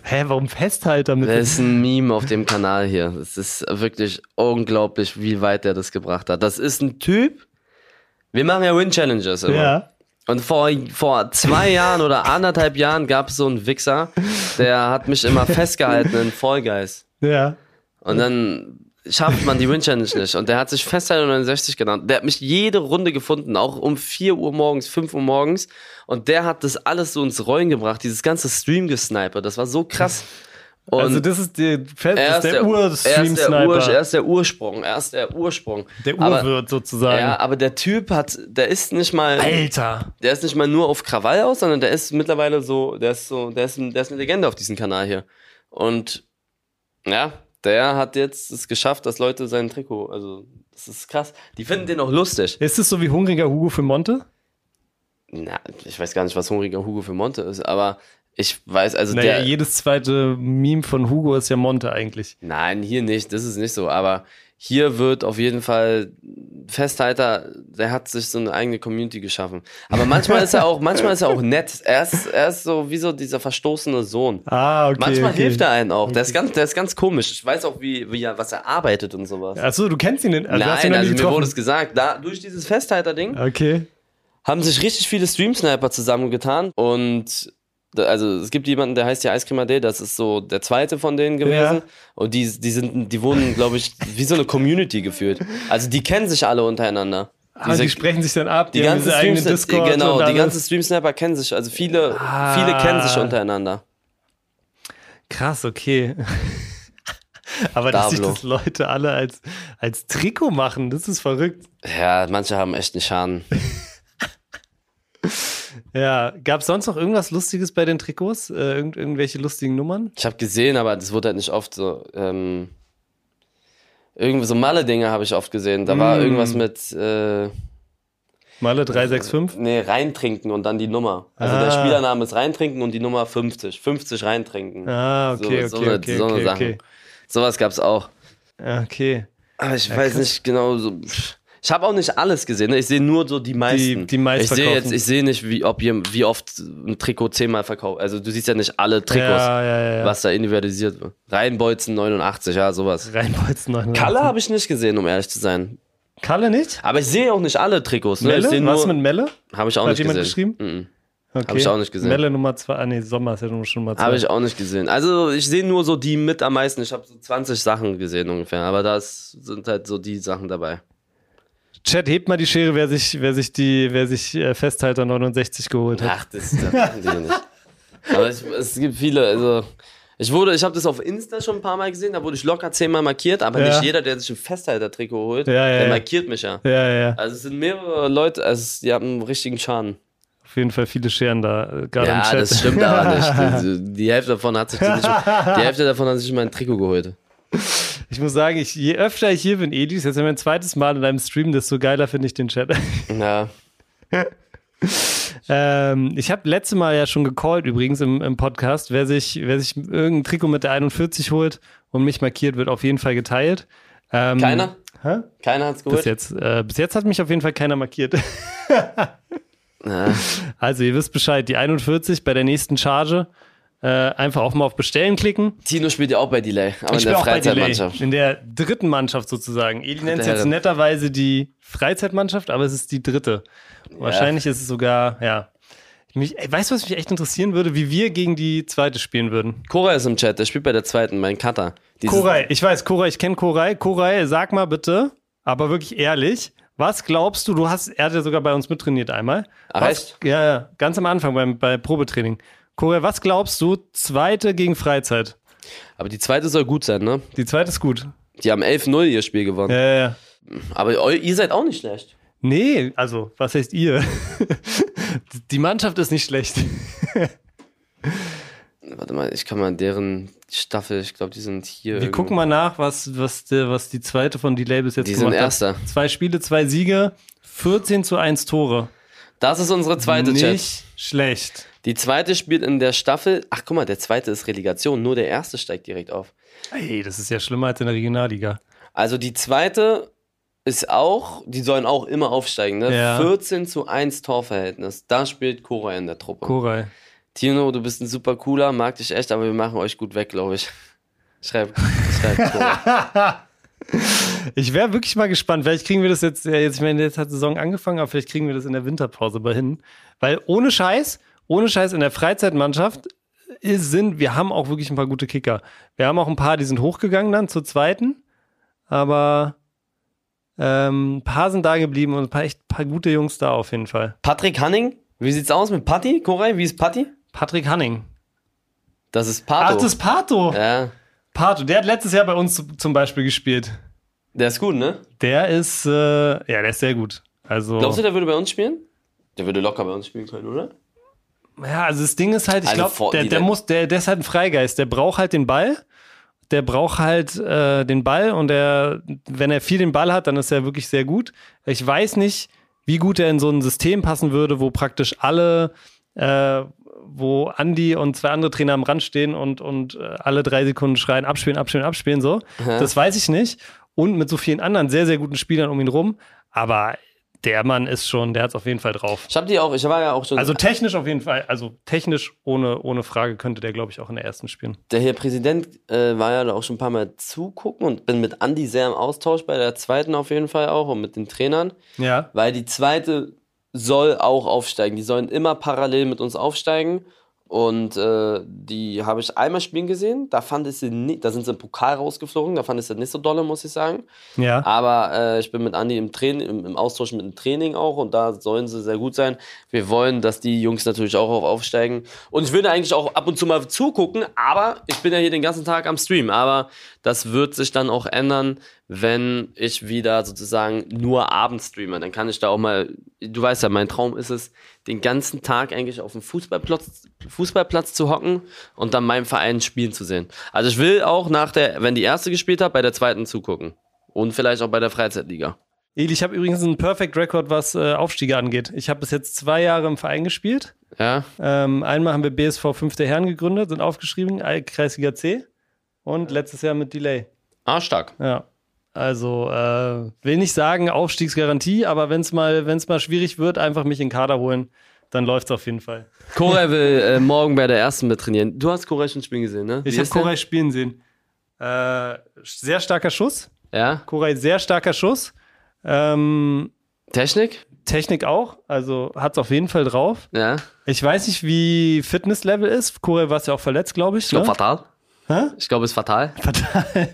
Speaker 1: Hä, warum Festhalter mit
Speaker 2: Das ist ein Meme auf dem Kanal hier. Das ist wirklich unglaublich, wie weit der das gebracht hat. Das ist ein Typ. Wir machen ja Win Challenges immer.
Speaker 1: Ja.
Speaker 2: Und vor, vor zwei Jahren oder anderthalb Jahren gab es so einen Wichser, der hat mich immer festgehalten in Fall Guys.
Speaker 1: Ja.
Speaker 2: Und dann schafft man die Win Challenge nicht. Und der hat sich Festhalter 69 genannt. Der hat mich jede Runde gefunden, auch um 4 Uhr morgens, 5 Uhr morgens. Und der hat das alles so ins Rollen gebracht, dieses ganze Stream-Gesniper. Das war so krass. Und
Speaker 1: also das ist der, Fe- das ist der
Speaker 2: er ist der
Speaker 1: Ur-Stream-Sniper.
Speaker 2: Ur- er ist der Ursprung, er ist der Ursprung.
Speaker 1: Der
Speaker 2: aber,
Speaker 1: Urwirt sozusagen.
Speaker 2: ja, aber der Typ hat, der ist nicht mal,
Speaker 1: Alter.
Speaker 2: der ist nicht mal nur auf Krawall aus, sondern der ist mittlerweile so, der ist so, der ist, ein- der ist eine Legende auf diesem Kanal hier. Und ja, der hat jetzt es geschafft, dass Leute sein Trikot, also das ist krass. Die finden den auch lustig.
Speaker 1: Ist es so wie hungriger Hugo für Monte?
Speaker 2: Na, ich weiß gar nicht, was hungriger Hugo für Monte ist, aber ich weiß, also
Speaker 1: Naja,
Speaker 2: der,
Speaker 1: jedes zweite Meme von Hugo ist ja Monte eigentlich.
Speaker 2: Nein, hier nicht, das ist nicht so, aber hier wird auf jeden Fall Festhalter, der hat sich so eine eigene Community geschaffen. Aber manchmal ist er auch, manchmal ist er auch nett. Er ist, er ist so wie so dieser verstoßene Sohn.
Speaker 1: Ah, okay.
Speaker 2: manchmal
Speaker 1: okay.
Speaker 2: hilft er einen auch. Der ist ganz, der ist ganz komisch. Ich weiß auch, wie, wie er, was er arbeitet und sowas.
Speaker 1: Achso, du kennst ihn denn? Also hast du ihn noch
Speaker 2: Nein,
Speaker 1: nie
Speaker 2: also mir
Speaker 1: getroffen?
Speaker 2: wurde es gesagt, da, durch dieses Festhalter-Ding
Speaker 1: Okay.
Speaker 2: haben sich richtig viele Stream-Sniper zusammengetan und da- also es gibt jemanden, der heißt ja Eiscremer D, das ist so der zweite von denen gewesen.
Speaker 1: Ja.
Speaker 2: Und die, die sind, die wurden, glaube ich, wie so eine Community geführt. Also die kennen sich alle untereinander.
Speaker 1: Aber Ah, die sprechen sich dann ab, die,
Speaker 2: die
Speaker 1: haben
Speaker 2: ganzen
Speaker 1: diese eigenen
Speaker 2: Stream
Speaker 1: Discord. und
Speaker 2: genau, die
Speaker 1: alles.
Speaker 2: ganzen Stream-Sniper kennen sich. Also viele,
Speaker 1: Ah.
Speaker 2: viele kennen sich untereinander.
Speaker 1: Krass, okay. Aber dass sich
Speaker 2: Dablo.
Speaker 1: das Leute alle als, als Trikot machen, das ist verrückt.
Speaker 2: Ja, manche haben echt einen Schaden.
Speaker 1: Ja, gab es sonst noch irgendwas Lustiges bei den Trikots? Äh, irgend, irgendwelche lustigen Nummern?
Speaker 2: Ich habe gesehen, aber das wurde halt nicht oft so. Ähm, irgendwie so Malle-Dinge habe ich oft gesehen. Da war
Speaker 1: Mm.
Speaker 2: irgendwas mit. Äh,
Speaker 1: Malle 365?
Speaker 2: Nee, reintrinken und dann die Nummer. Also
Speaker 1: Ah.
Speaker 2: der Spielername ist reintrinken und die Nummer 50. 50 reintrinken.
Speaker 1: Ah, okay,
Speaker 2: So- so
Speaker 1: okay,
Speaker 2: eine-
Speaker 1: okay,
Speaker 2: so eine
Speaker 1: okay,
Speaker 2: Sache.
Speaker 1: okay.
Speaker 2: Sowas gab's auch.
Speaker 1: Ja, Okay.
Speaker 2: Aber ich weiß nicht genau so. Ich habe auch nicht alles gesehen. ne? Ich sehe nur so die meisten.
Speaker 1: die meist
Speaker 2: ich sehe
Speaker 1: verkauften.
Speaker 2: jetzt, ich sehe nicht, wie, ob ihr, wie oft ein Trikot zehnmal verkauft. Also du siehst ja nicht alle Trikots,
Speaker 1: Ja, ja, ja. ja.
Speaker 2: was da individualisiert wird. Reinbolzen 89, ja, sowas.
Speaker 1: Reinbolz 900.
Speaker 2: Kalle habe ich nicht gesehen, um ehrlich zu sein.
Speaker 1: Kalle nicht?
Speaker 2: Aber ich sehe auch nicht alle Trikots. Ne? Ich sehe
Speaker 1: Melle? Was mit
Speaker 2: nur,
Speaker 1: Melle?
Speaker 2: habe ich auch
Speaker 1: Hat
Speaker 2: nicht
Speaker 1: jemand
Speaker 2: gesehen. Mhm.
Speaker 1: Okay.
Speaker 2: ich auch nicht gesehen.
Speaker 1: Melle Nummer 2. Ah, nee, Sommer ist ja nun schon mal 2.
Speaker 2: Habe ich auch nicht gesehen. Also ich sehe nur so die mit am meisten. Ich habe so 20 Sachen gesehen ungefähr. Aber da sind halt so die Sachen dabei.
Speaker 1: Chat, hebt mal die Schere, wer sich, wer sich, die, wer sich äh, Festhalter 69 geholt hat.
Speaker 2: Ach, das, das machen die hier nicht. Aber es, es gibt viele. Also ich wurde, ich habe das auf Insta schon ein paar Mal gesehen. Da wurde ich locker zehnmal markiert. Aber
Speaker 1: Ja.
Speaker 2: nicht jeder, der sich ein Festhalter-Trikot holt,
Speaker 1: Ja, ja,
Speaker 2: der
Speaker 1: ja.
Speaker 2: markiert mich ja.
Speaker 1: Ja, ja, ja.
Speaker 2: Also es sind mehrere Leute, also es- die haben einen richtigen Schaden.
Speaker 1: Auf jeden Fall viele Scheren da, äh, gerade im
Speaker 2: Ja,
Speaker 1: Chat.
Speaker 2: das stimmt aber nicht. Die, die Hälfte davon hat sich die nicht, die Hälfte davon hat sich mein Trikot geholt.
Speaker 1: Ich muss sagen, ich, je öfter ich hier bin, Edis, jetzt haben wir ein zweites Mal in einem Stream, desto geiler finde ich den Chat.
Speaker 2: Ja.
Speaker 1: Ähm, ich habe letzte Mal ja schon gecallt übrigens im, im Podcast. Wer sich, wer sich irgendein Trikot mit der 41 holt und mich markiert, wird auf jeden Fall geteilt. Ähm,
Speaker 2: Keiner?
Speaker 1: Hä?
Speaker 2: Keiner hat's
Speaker 1: Bis
Speaker 2: geholt.
Speaker 1: jetzt, äh, bis jetzt hat mich auf jeden Fall keiner markiert.
Speaker 2: Ja.
Speaker 1: Also ihr wisst Bescheid, die 41 bei der nächsten Charge. Äh, einfach auch mal auf Bestellen klicken.
Speaker 2: Tino spielt ja auch bei Delay, aber in
Speaker 1: bin
Speaker 2: der
Speaker 1: auch bei Delay.
Speaker 2: Freizeitmannschaft.
Speaker 1: In der dritten Mannschaft sozusagen. Eli nennt es jetzt
Speaker 2: Herren.
Speaker 1: netterweise die Freizeitmannschaft, aber es ist die dritte. Wahrscheinlich ist es sogar, ja. Mich, ey, weißt du, was mich echt interessieren würde, wie wir gegen die zweite spielen würden?
Speaker 2: Koray ist im Chat, der spielt bei der zweiten, mein Cutter. Dieses-
Speaker 1: Koray, ich weiß, Koray, ich kenne Koray. Koray, sag mal bitte, aber wirklich ehrlich, Was glaubst du, du hast, er hat ja sogar bei uns mittrainiert einmal.
Speaker 2: Ach,
Speaker 1: was,
Speaker 2: echt?
Speaker 1: Ja, ja, ganz am Anfang beim, bei Probetraining. Korea, was glaubst du, zweite gegen Freizeit?
Speaker 2: Aber die zweite soll gut sein, ne?
Speaker 1: Die zweite ist gut.
Speaker 2: Die haben 11-0 ihr Spiel gewonnen.
Speaker 1: Ja, ja, ja.
Speaker 2: Aber eu- ihr seid auch nicht schlecht.
Speaker 1: Nee, also, was heißt ihr? Die Mannschaft ist nicht schlecht.
Speaker 2: Warte mal, ich kann mal deren Staffel, ich glaube, die sind hier.
Speaker 1: Wir
Speaker 2: irgendwo.
Speaker 1: gucken mal nach, was, was, der- was die zweite von die Labels jetzt
Speaker 2: Die sind
Speaker 1: gemacht hat.
Speaker 2: Erster.
Speaker 1: Zwei Spiele, zwei Siege, 14 zu 1 Tore.
Speaker 2: Das ist unsere zweite
Speaker 1: nicht
Speaker 2: Chat.
Speaker 1: schlecht.
Speaker 2: Die zweite spielt in der Staffel. Ach, guck mal, der zweite ist Relegation, nur der erste steigt direkt auf.
Speaker 1: Ey, das ist ja schlimmer als in der Regionalliga.
Speaker 2: Also die zweite ist auch, die sollen auch immer aufsteigen, ne?
Speaker 1: Ja.
Speaker 2: 14 zu 1 Torverhältnis. Da spielt Cora in der Truppe.
Speaker 1: Koray.
Speaker 2: Tino, du bist ein super cooler, mag dich echt, aber wir machen euch gut weg, glaube ich. Schreib, schreib Cora.
Speaker 1: Ich wäre wirklich mal gespannt. Vielleicht kriegen wir das jetzt, ja, jetzt, ich meine, jetzt hat die Saison angefangen, aber vielleicht kriegen wir das in der Winterpause mal hin. Weil ohne Scheiß, ohne Scheiß in der Freizeitmannschaft äh, ist, sind, wir haben auch wirklich ein paar gute Kicker. Wir haben auch ein paar, die sind hochgegangen dann zur zweiten, aber ähm, ein paar sind da geblieben und ein paar echt ein paar gute Jungs da auf jeden Fall.
Speaker 2: Patrick Hanning, wie sieht's aus mit Patti? Koray, wie ist Patti?
Speaker 1: Patrick Hanning.
Speaker 2: Das ist
Speaker 1: Ach,
Speaker 2: Pato.
Speaker 1: das ist Pato.
Speaker 2: ja,
Speaker 1: Pato, der hat letztes Jahr bei uns zu- zum Beispiel gespielt.
Speaker 2: der ist gut, ne?
Speaker 1: Der ist, äh, ja, der ist sehr gut. Also,
Speaker 2: Glaubst du, der würde bei uns spielen? Der würde locker bei uns spielen können, oder?
Speaker 1: Ja, also das Ding ist halt, ich
Speaker 2: Also vor-
Speaker 1: glaube, der,
Speaker 2: die-
Speaker 1: der muss, der, der ist halt ein Freigeist, der braucht halt den Ball, der braucht halt äh, den Ball und der, wenn er viel den Ball hat, dann ist er wirklich sehr gut. Ich weiß nicht, wie gut er in so ein System passen würde, wo praktisch alle, äh, wo Andy und zwei andere Trainer am Rand stehen und, und äh, alle drei Sekunden schreien, abspielen, abspielen, abspielen, so. Das weiß ich nicht. Und mit so vielen anderen sehr, sehr guten Spielern um ihn rum. Aber der Mann ist schon, der hat es auf jeden Fall drauf.
Speaker 2: Ich hab die auch, ich war ja auch schon.
Speaker 1: Also technisch auf jeden Fall, also technisch ohne, ohne Frage könnte der, glaube ich, auch in der ersten spielen.
Speaker 2: der Herr Präsident äh, war ja da auch schon ein paar Mal zugucken und bin mit Andi sehr im Austausch bei der zweiten auf jeden Fall auch und mit den Trainern,
Speaker 1: Ja.
Speaker 2: weil die zweite soll auch aufsteigen. Die sollen immer parallel mit uns aufsteigen. Und äh, die habe ich einmal spielen gesehen. Da fand ich sie nicht, da sind sie im Pokal rausgeflogen, da fand ich sie nicht so dolle, muss ich sagen.
Speaker 1: Ja.
Speaker 2: Aber äh, ich bin mit Andi im, Train im, im Austausch mit dem Training auch und da sollen sie sehr gut sein. Wir wollen, dass die Jungs natürlich auch auf aufsteigen. Und ich würde eigentlich auch ab und zu mal zugucken, aber ich bin ja hier den ganzen Tag am Stream. Aber das wird sich dann auch ändern, wenn ich wieder sozusagen nur abends streame. Dann kann ich da auch mal, du weißt ja, mein Traum ist es, den ganzen Tag eigentlich auf dem Fußballplatz, Fußballplatz zu hocken und dann meinem Verein spielen zu sehen. Also ich will auch nach der, wenn die erste gespielt hat, bei der zweiten zugucken. Und vielleicht auch bei der Freizeitliga.
Speaker 1: Eli, ich habe übrigens einen Perfect Record, was äh, Aufstiege angeht. Ich habe bis jetzt zwei Jahre im Verein gespielt.
Speaker 2: Ja?
Speaker 1: Ähm, einmal haben wir BSV 5 der Herren gegründet, sind aufgeschrieben, Al- Kreisliga C. Und letztes Jahr mit Delay.
Speaker 2: Ah, stark.
Speaker 1: Ja. Also, äh, will nicht sagen Aufstiegsgarantie, aber wenn es mal, wenn's mal schwierig wird, einfach mich in den Kader holen, dann läuft es auf jeden Fall.
Speaker 2: Koray will äh, morgen bei der ersten mit trainieren. Du hast Koray schon spielen gesehen, ne?
Speaker 1: Ich
Speaker 2: Wie
Speaker 1: habe
Speaker 2: ist der?
Speaker 1: Koray spielen sehen. Äh, sehr starker Schuss.
Speaker 2: Ja?
Speaker 1: Koray, sehr starker Schuss. Ähm,
Speaker 2: Technik?
Speaker 1: Technik auch, also hat es auf jeden Fall drauf.
Speaker 2: Ja?
Speaker 1: Ich weiß nicht, wie Fitnesslevel ist. Koray war es ja auch verletzt, glaube ich.
Speaker 2: Ich glaube,
Speaker 1: ne?
Speaker 2: fatal.
Speaker 1: Hä?
Speaker 2: Ich glaube, ist fatal.
Speaker 1: fatal.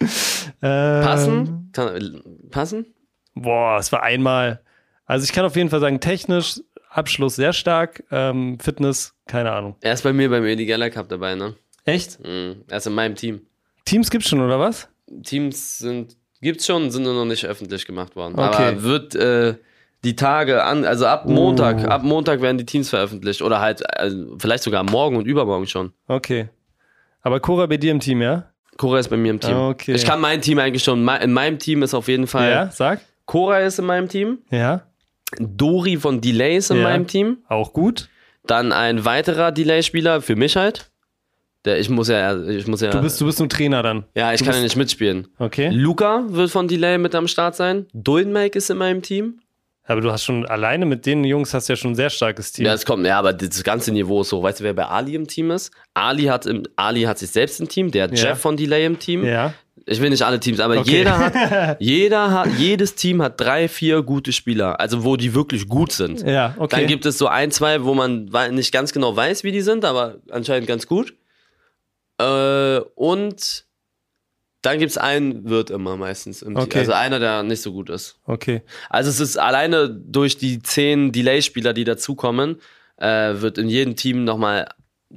Speaker 1: Ähm,
Speaker 2: Passen? Kann, passen?
Speaker 1: Boah, es war einmal. Also ich kann auf jeden Fall sagen, technisch Abschluss sehr stark, ähm, Fitness, keine Ahnung.
Speaker 2: Er ist bei mir beim Edi Geller Cup dabei, ne?
Speaker 1: Echt?
Speaker 2: Mhm. Er ist in meinem Team.
Speaker 1: Teams gibt's schon, oder was?
Speaker 2: Teams sind, gibt's schon, sind nur noch nicht öffentlich gemacht worden.
Speaker 1: Okay.
Speaker 2: Aber wird äh, die Tage an, also ab Montag,
Speaker 1: Oh.
Speaker 2: ab Montag werden die Teams veröffentlicht. Oder halt, also vielleicht sogar morgen und übermorgen schon.
Speaker 1: Okay. Aber Koray bei dir im Team, ja?
Speaker 2: Cora ist bei mir im Team.
Speaker 1: Okay.
Speaker 2: Ich kann mein Team eigentlich schon. Me- In meinem Team ist auf jeden Fall.
Speaker 1: Ja, sag.
Speaker 2: Cora ist in meinem Team.
Speaker 1: Ja,
Speaker 2: Dori von Delay ist in
Speaker 1: Ja.
Speaker 2: meinem Team.
Speaker 1: auch gut.
Speaker 2: Dann ein weiterer Delay-Spieler für mich halt. Der, ich muss ja, ich muss ja.
Speaker 1: Du bist, du bist nur Trainer dann.
Speaker 2: ja, ich
Speaker 1: du
Speaker 2: kann ja
Speaker 1: bist-
Speaker 2: nicht mitspielen.
Speaker 1: Okay.
Speaker 2: Luca wird von Delay mit am Start sein. Duldenmake ist in meinem Team.
Speaker 1: Aber du hast schon alleine mit den Jungs hast du ja schon ein sehr starkes Team.
Speaker 2: Ja, es kommt, ja, aber das ganze Niveau ist hoch. Weißt du, wer bei Ali im Team ist? Ali hat, im, Ali hat sich selbst im Team, der hat
Speaker 1: Ja.
Speaker 2: Jeff von Delay im Team.
Speaker 1: ja.
Speaker 2: Ich will nicht alle Teams, aber
Speaker 1: Okay.
Speaker 2: jeder hat, jeder hat, jedes Team hat drei, vier gute Spieler, also wo die wirklich gut sind.
Speaker 1: Ja, okay.
Speaker 2: Dann gibt es so ein, zwei, wo man wei- nicht ganz genau weiß, wie die sind, aber anscheinend ganz gut. Äh, und Dann gibt es einen Wirt immer meistens. Im
Speaker 1: Okay.
Speaker 2: Team. Also einer, der nicht so gut ist.
Speaker 1: Okay.
Speaker 2: Also es ist alleine durch die zehn Delay-Spieler, die dazukommen, äh, wird in jedem Team nochmal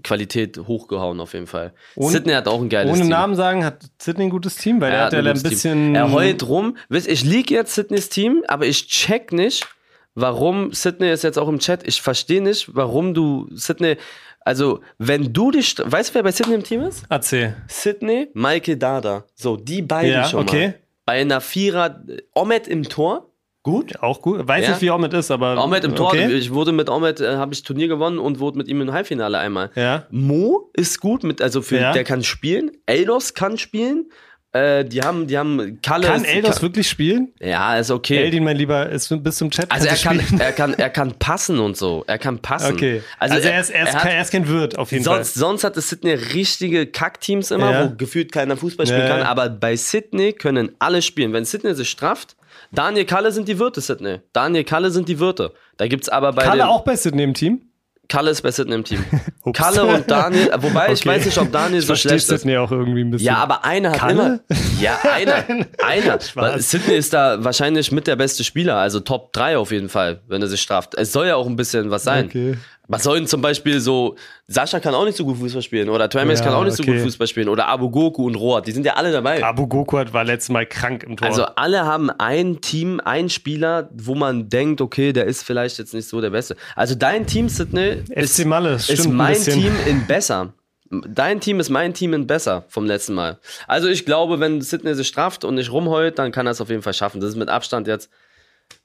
Speaker 2: Qualität hochgehauen auf jeden Fall.
Speaker 1: Ohne-
Speaker 2: Sydney hat auch ein geiles
Speaker 1: Ohne
Speaker 2: Team.
Speaker 1: Namen sagen hat Sidney ein gutes Team, weil der
Speaker 2: Er
Speaker 1: hat ja
Speaker 2: ein
Speaker 1: ein
Speaker 2: gutes
Speaker 1: bisschen.
Speaker 2: Team. Äh, Er heult rum. Wisst, Ich liege jetzt Sydneys Team, aber ich check nicht, warum Sydney ist jetzt auch im Chat. Ich verstehe nicht, warum du Sydney. Also, wenn du dich. Weißt du, wer bei Sydney im Team ist?
Speaker 1: Erzähl.
Speaker 2: Sydney, Maike Dada. So, die beiden
Speaker 1: Ja,
Speaker 2: schon
Speaker 1: okay.
Speaker 2: mal. Bei einer Vierer. Omet im Tor.
Speaker 1: Gut. Auch gut. Weiß
Speaker 2: Ja.
Speaker 1: nicht, wie Omid ist, aber.
Speaker 2: Ahmed im Tor.
Speaker 1: Okay.
Speaker 2: Ich wurde mit Ahmed, äh, habe ich Turnier gewonnen und wurde mit ihm im Halbfinale einmal.
Speaker 1: Ja.
Speaker 2: Mo ist gut mit, also für,
Speaker 1: Ja.
Speaker 2: der kann spielen. Eldos kann spielen. Äh, die haben, die haben Kalle.
Speaker 1: Kann
Speaker 2: ist-
Speaker 1: Eldos wirklich spielen?
Speaker 2: Ja, ist okay.
Speaker 1: Eldin, mein Lieber, ist bis zum Chat.
Speaker 2: also er
Speaker 1: kannst du
Speaker 2: kann,
Speaker 1: spielen.
Speaker 2: er kann, er kann passen und so. Er kann passen.
Speaker 1: Okay. Also, er, ist, er, ist,
Speaker 2: hat-
Speaker 1: kein- er ist kein Wirt, auf jeden
Speaker 2: sonst, sonst hatte Sydney richtige Kackteams immer,
Speaker 1: Ja.
Speaker 2: wo gefühlt keiner Fußball spielen
Speaker 1: Ja,
Speaker 2: kann.
Speaker 1: ja.
Speaker 2: Aber bei Sydney können alle spielen. Wenn Sydney sich strafft, Daniel Kalle sind die Wirte, Sydney. Daniel Kalle sind die Wirte. Da gibt's aber bei
Speaker 1: Fall. Kalle
Speaker 2: den-
Speaker 1: auch bei Sidney im Team.
Speaker 2: Kalle ist bei Sydney im Team.
Speaker 1: Ups.
Speaker 2: Kalle und Daniel, wobei ich weiß nicht, ob Daniel
Speaker 1: ich
Speaker 2: so
Speaker 1: verstehe
Speaker 2: schlecht ist.
Speaker 1: Sidney auch irgendwie ein bisschen.
Speaker 2: Ja, aber einer hat
Speaker 1: Kalle?
Speaker 2: immer. Ja, einer. einer. Weil
Speaker 1: Spaß.
Speaker 2: Sydney ist da wahrscheinlich mit der beste Spieler, also Top 3 auf jeden Fall, wenn er sich straft. Es soll ja auch ein bisschen was sein.
Speaker 1: Okay.
Speaker 2: Was sollen zum Beispiel so. Sascha kann auch nicht so gut Fußball spielen oder Tramis
Speaker 1: Ja,
Speaker 2: kann auch nicht so
Speaker 1: okay.
Speaker 2: gut Fußball spielen oder Abu Goku und Roat, die sind ja alle dabei.
Speaker 1: Abu Goku hat- war letztes Mal krank im Tor.
Speaker 2: Also alle haben ein Team, einen Spieler, wo man denkt, okay, der ist vielleicht jetzt nicht so der Beste. Also dein Team, Sydney,
Speaker 1: FC Malle, stimmt
Speaker 2: ist
Speaker 1: ein
Speaker 2: mein
Speaker 1: bisschen.
Speaker 2: Team in besser. Dein Team ist mein Team in besser vom letzten Mal. Also ich glaube, wenn Sydney sich straft und nicht rumheult, dann kann er es auf jeden Fall schaffen. Das ist mit Abstand jetzt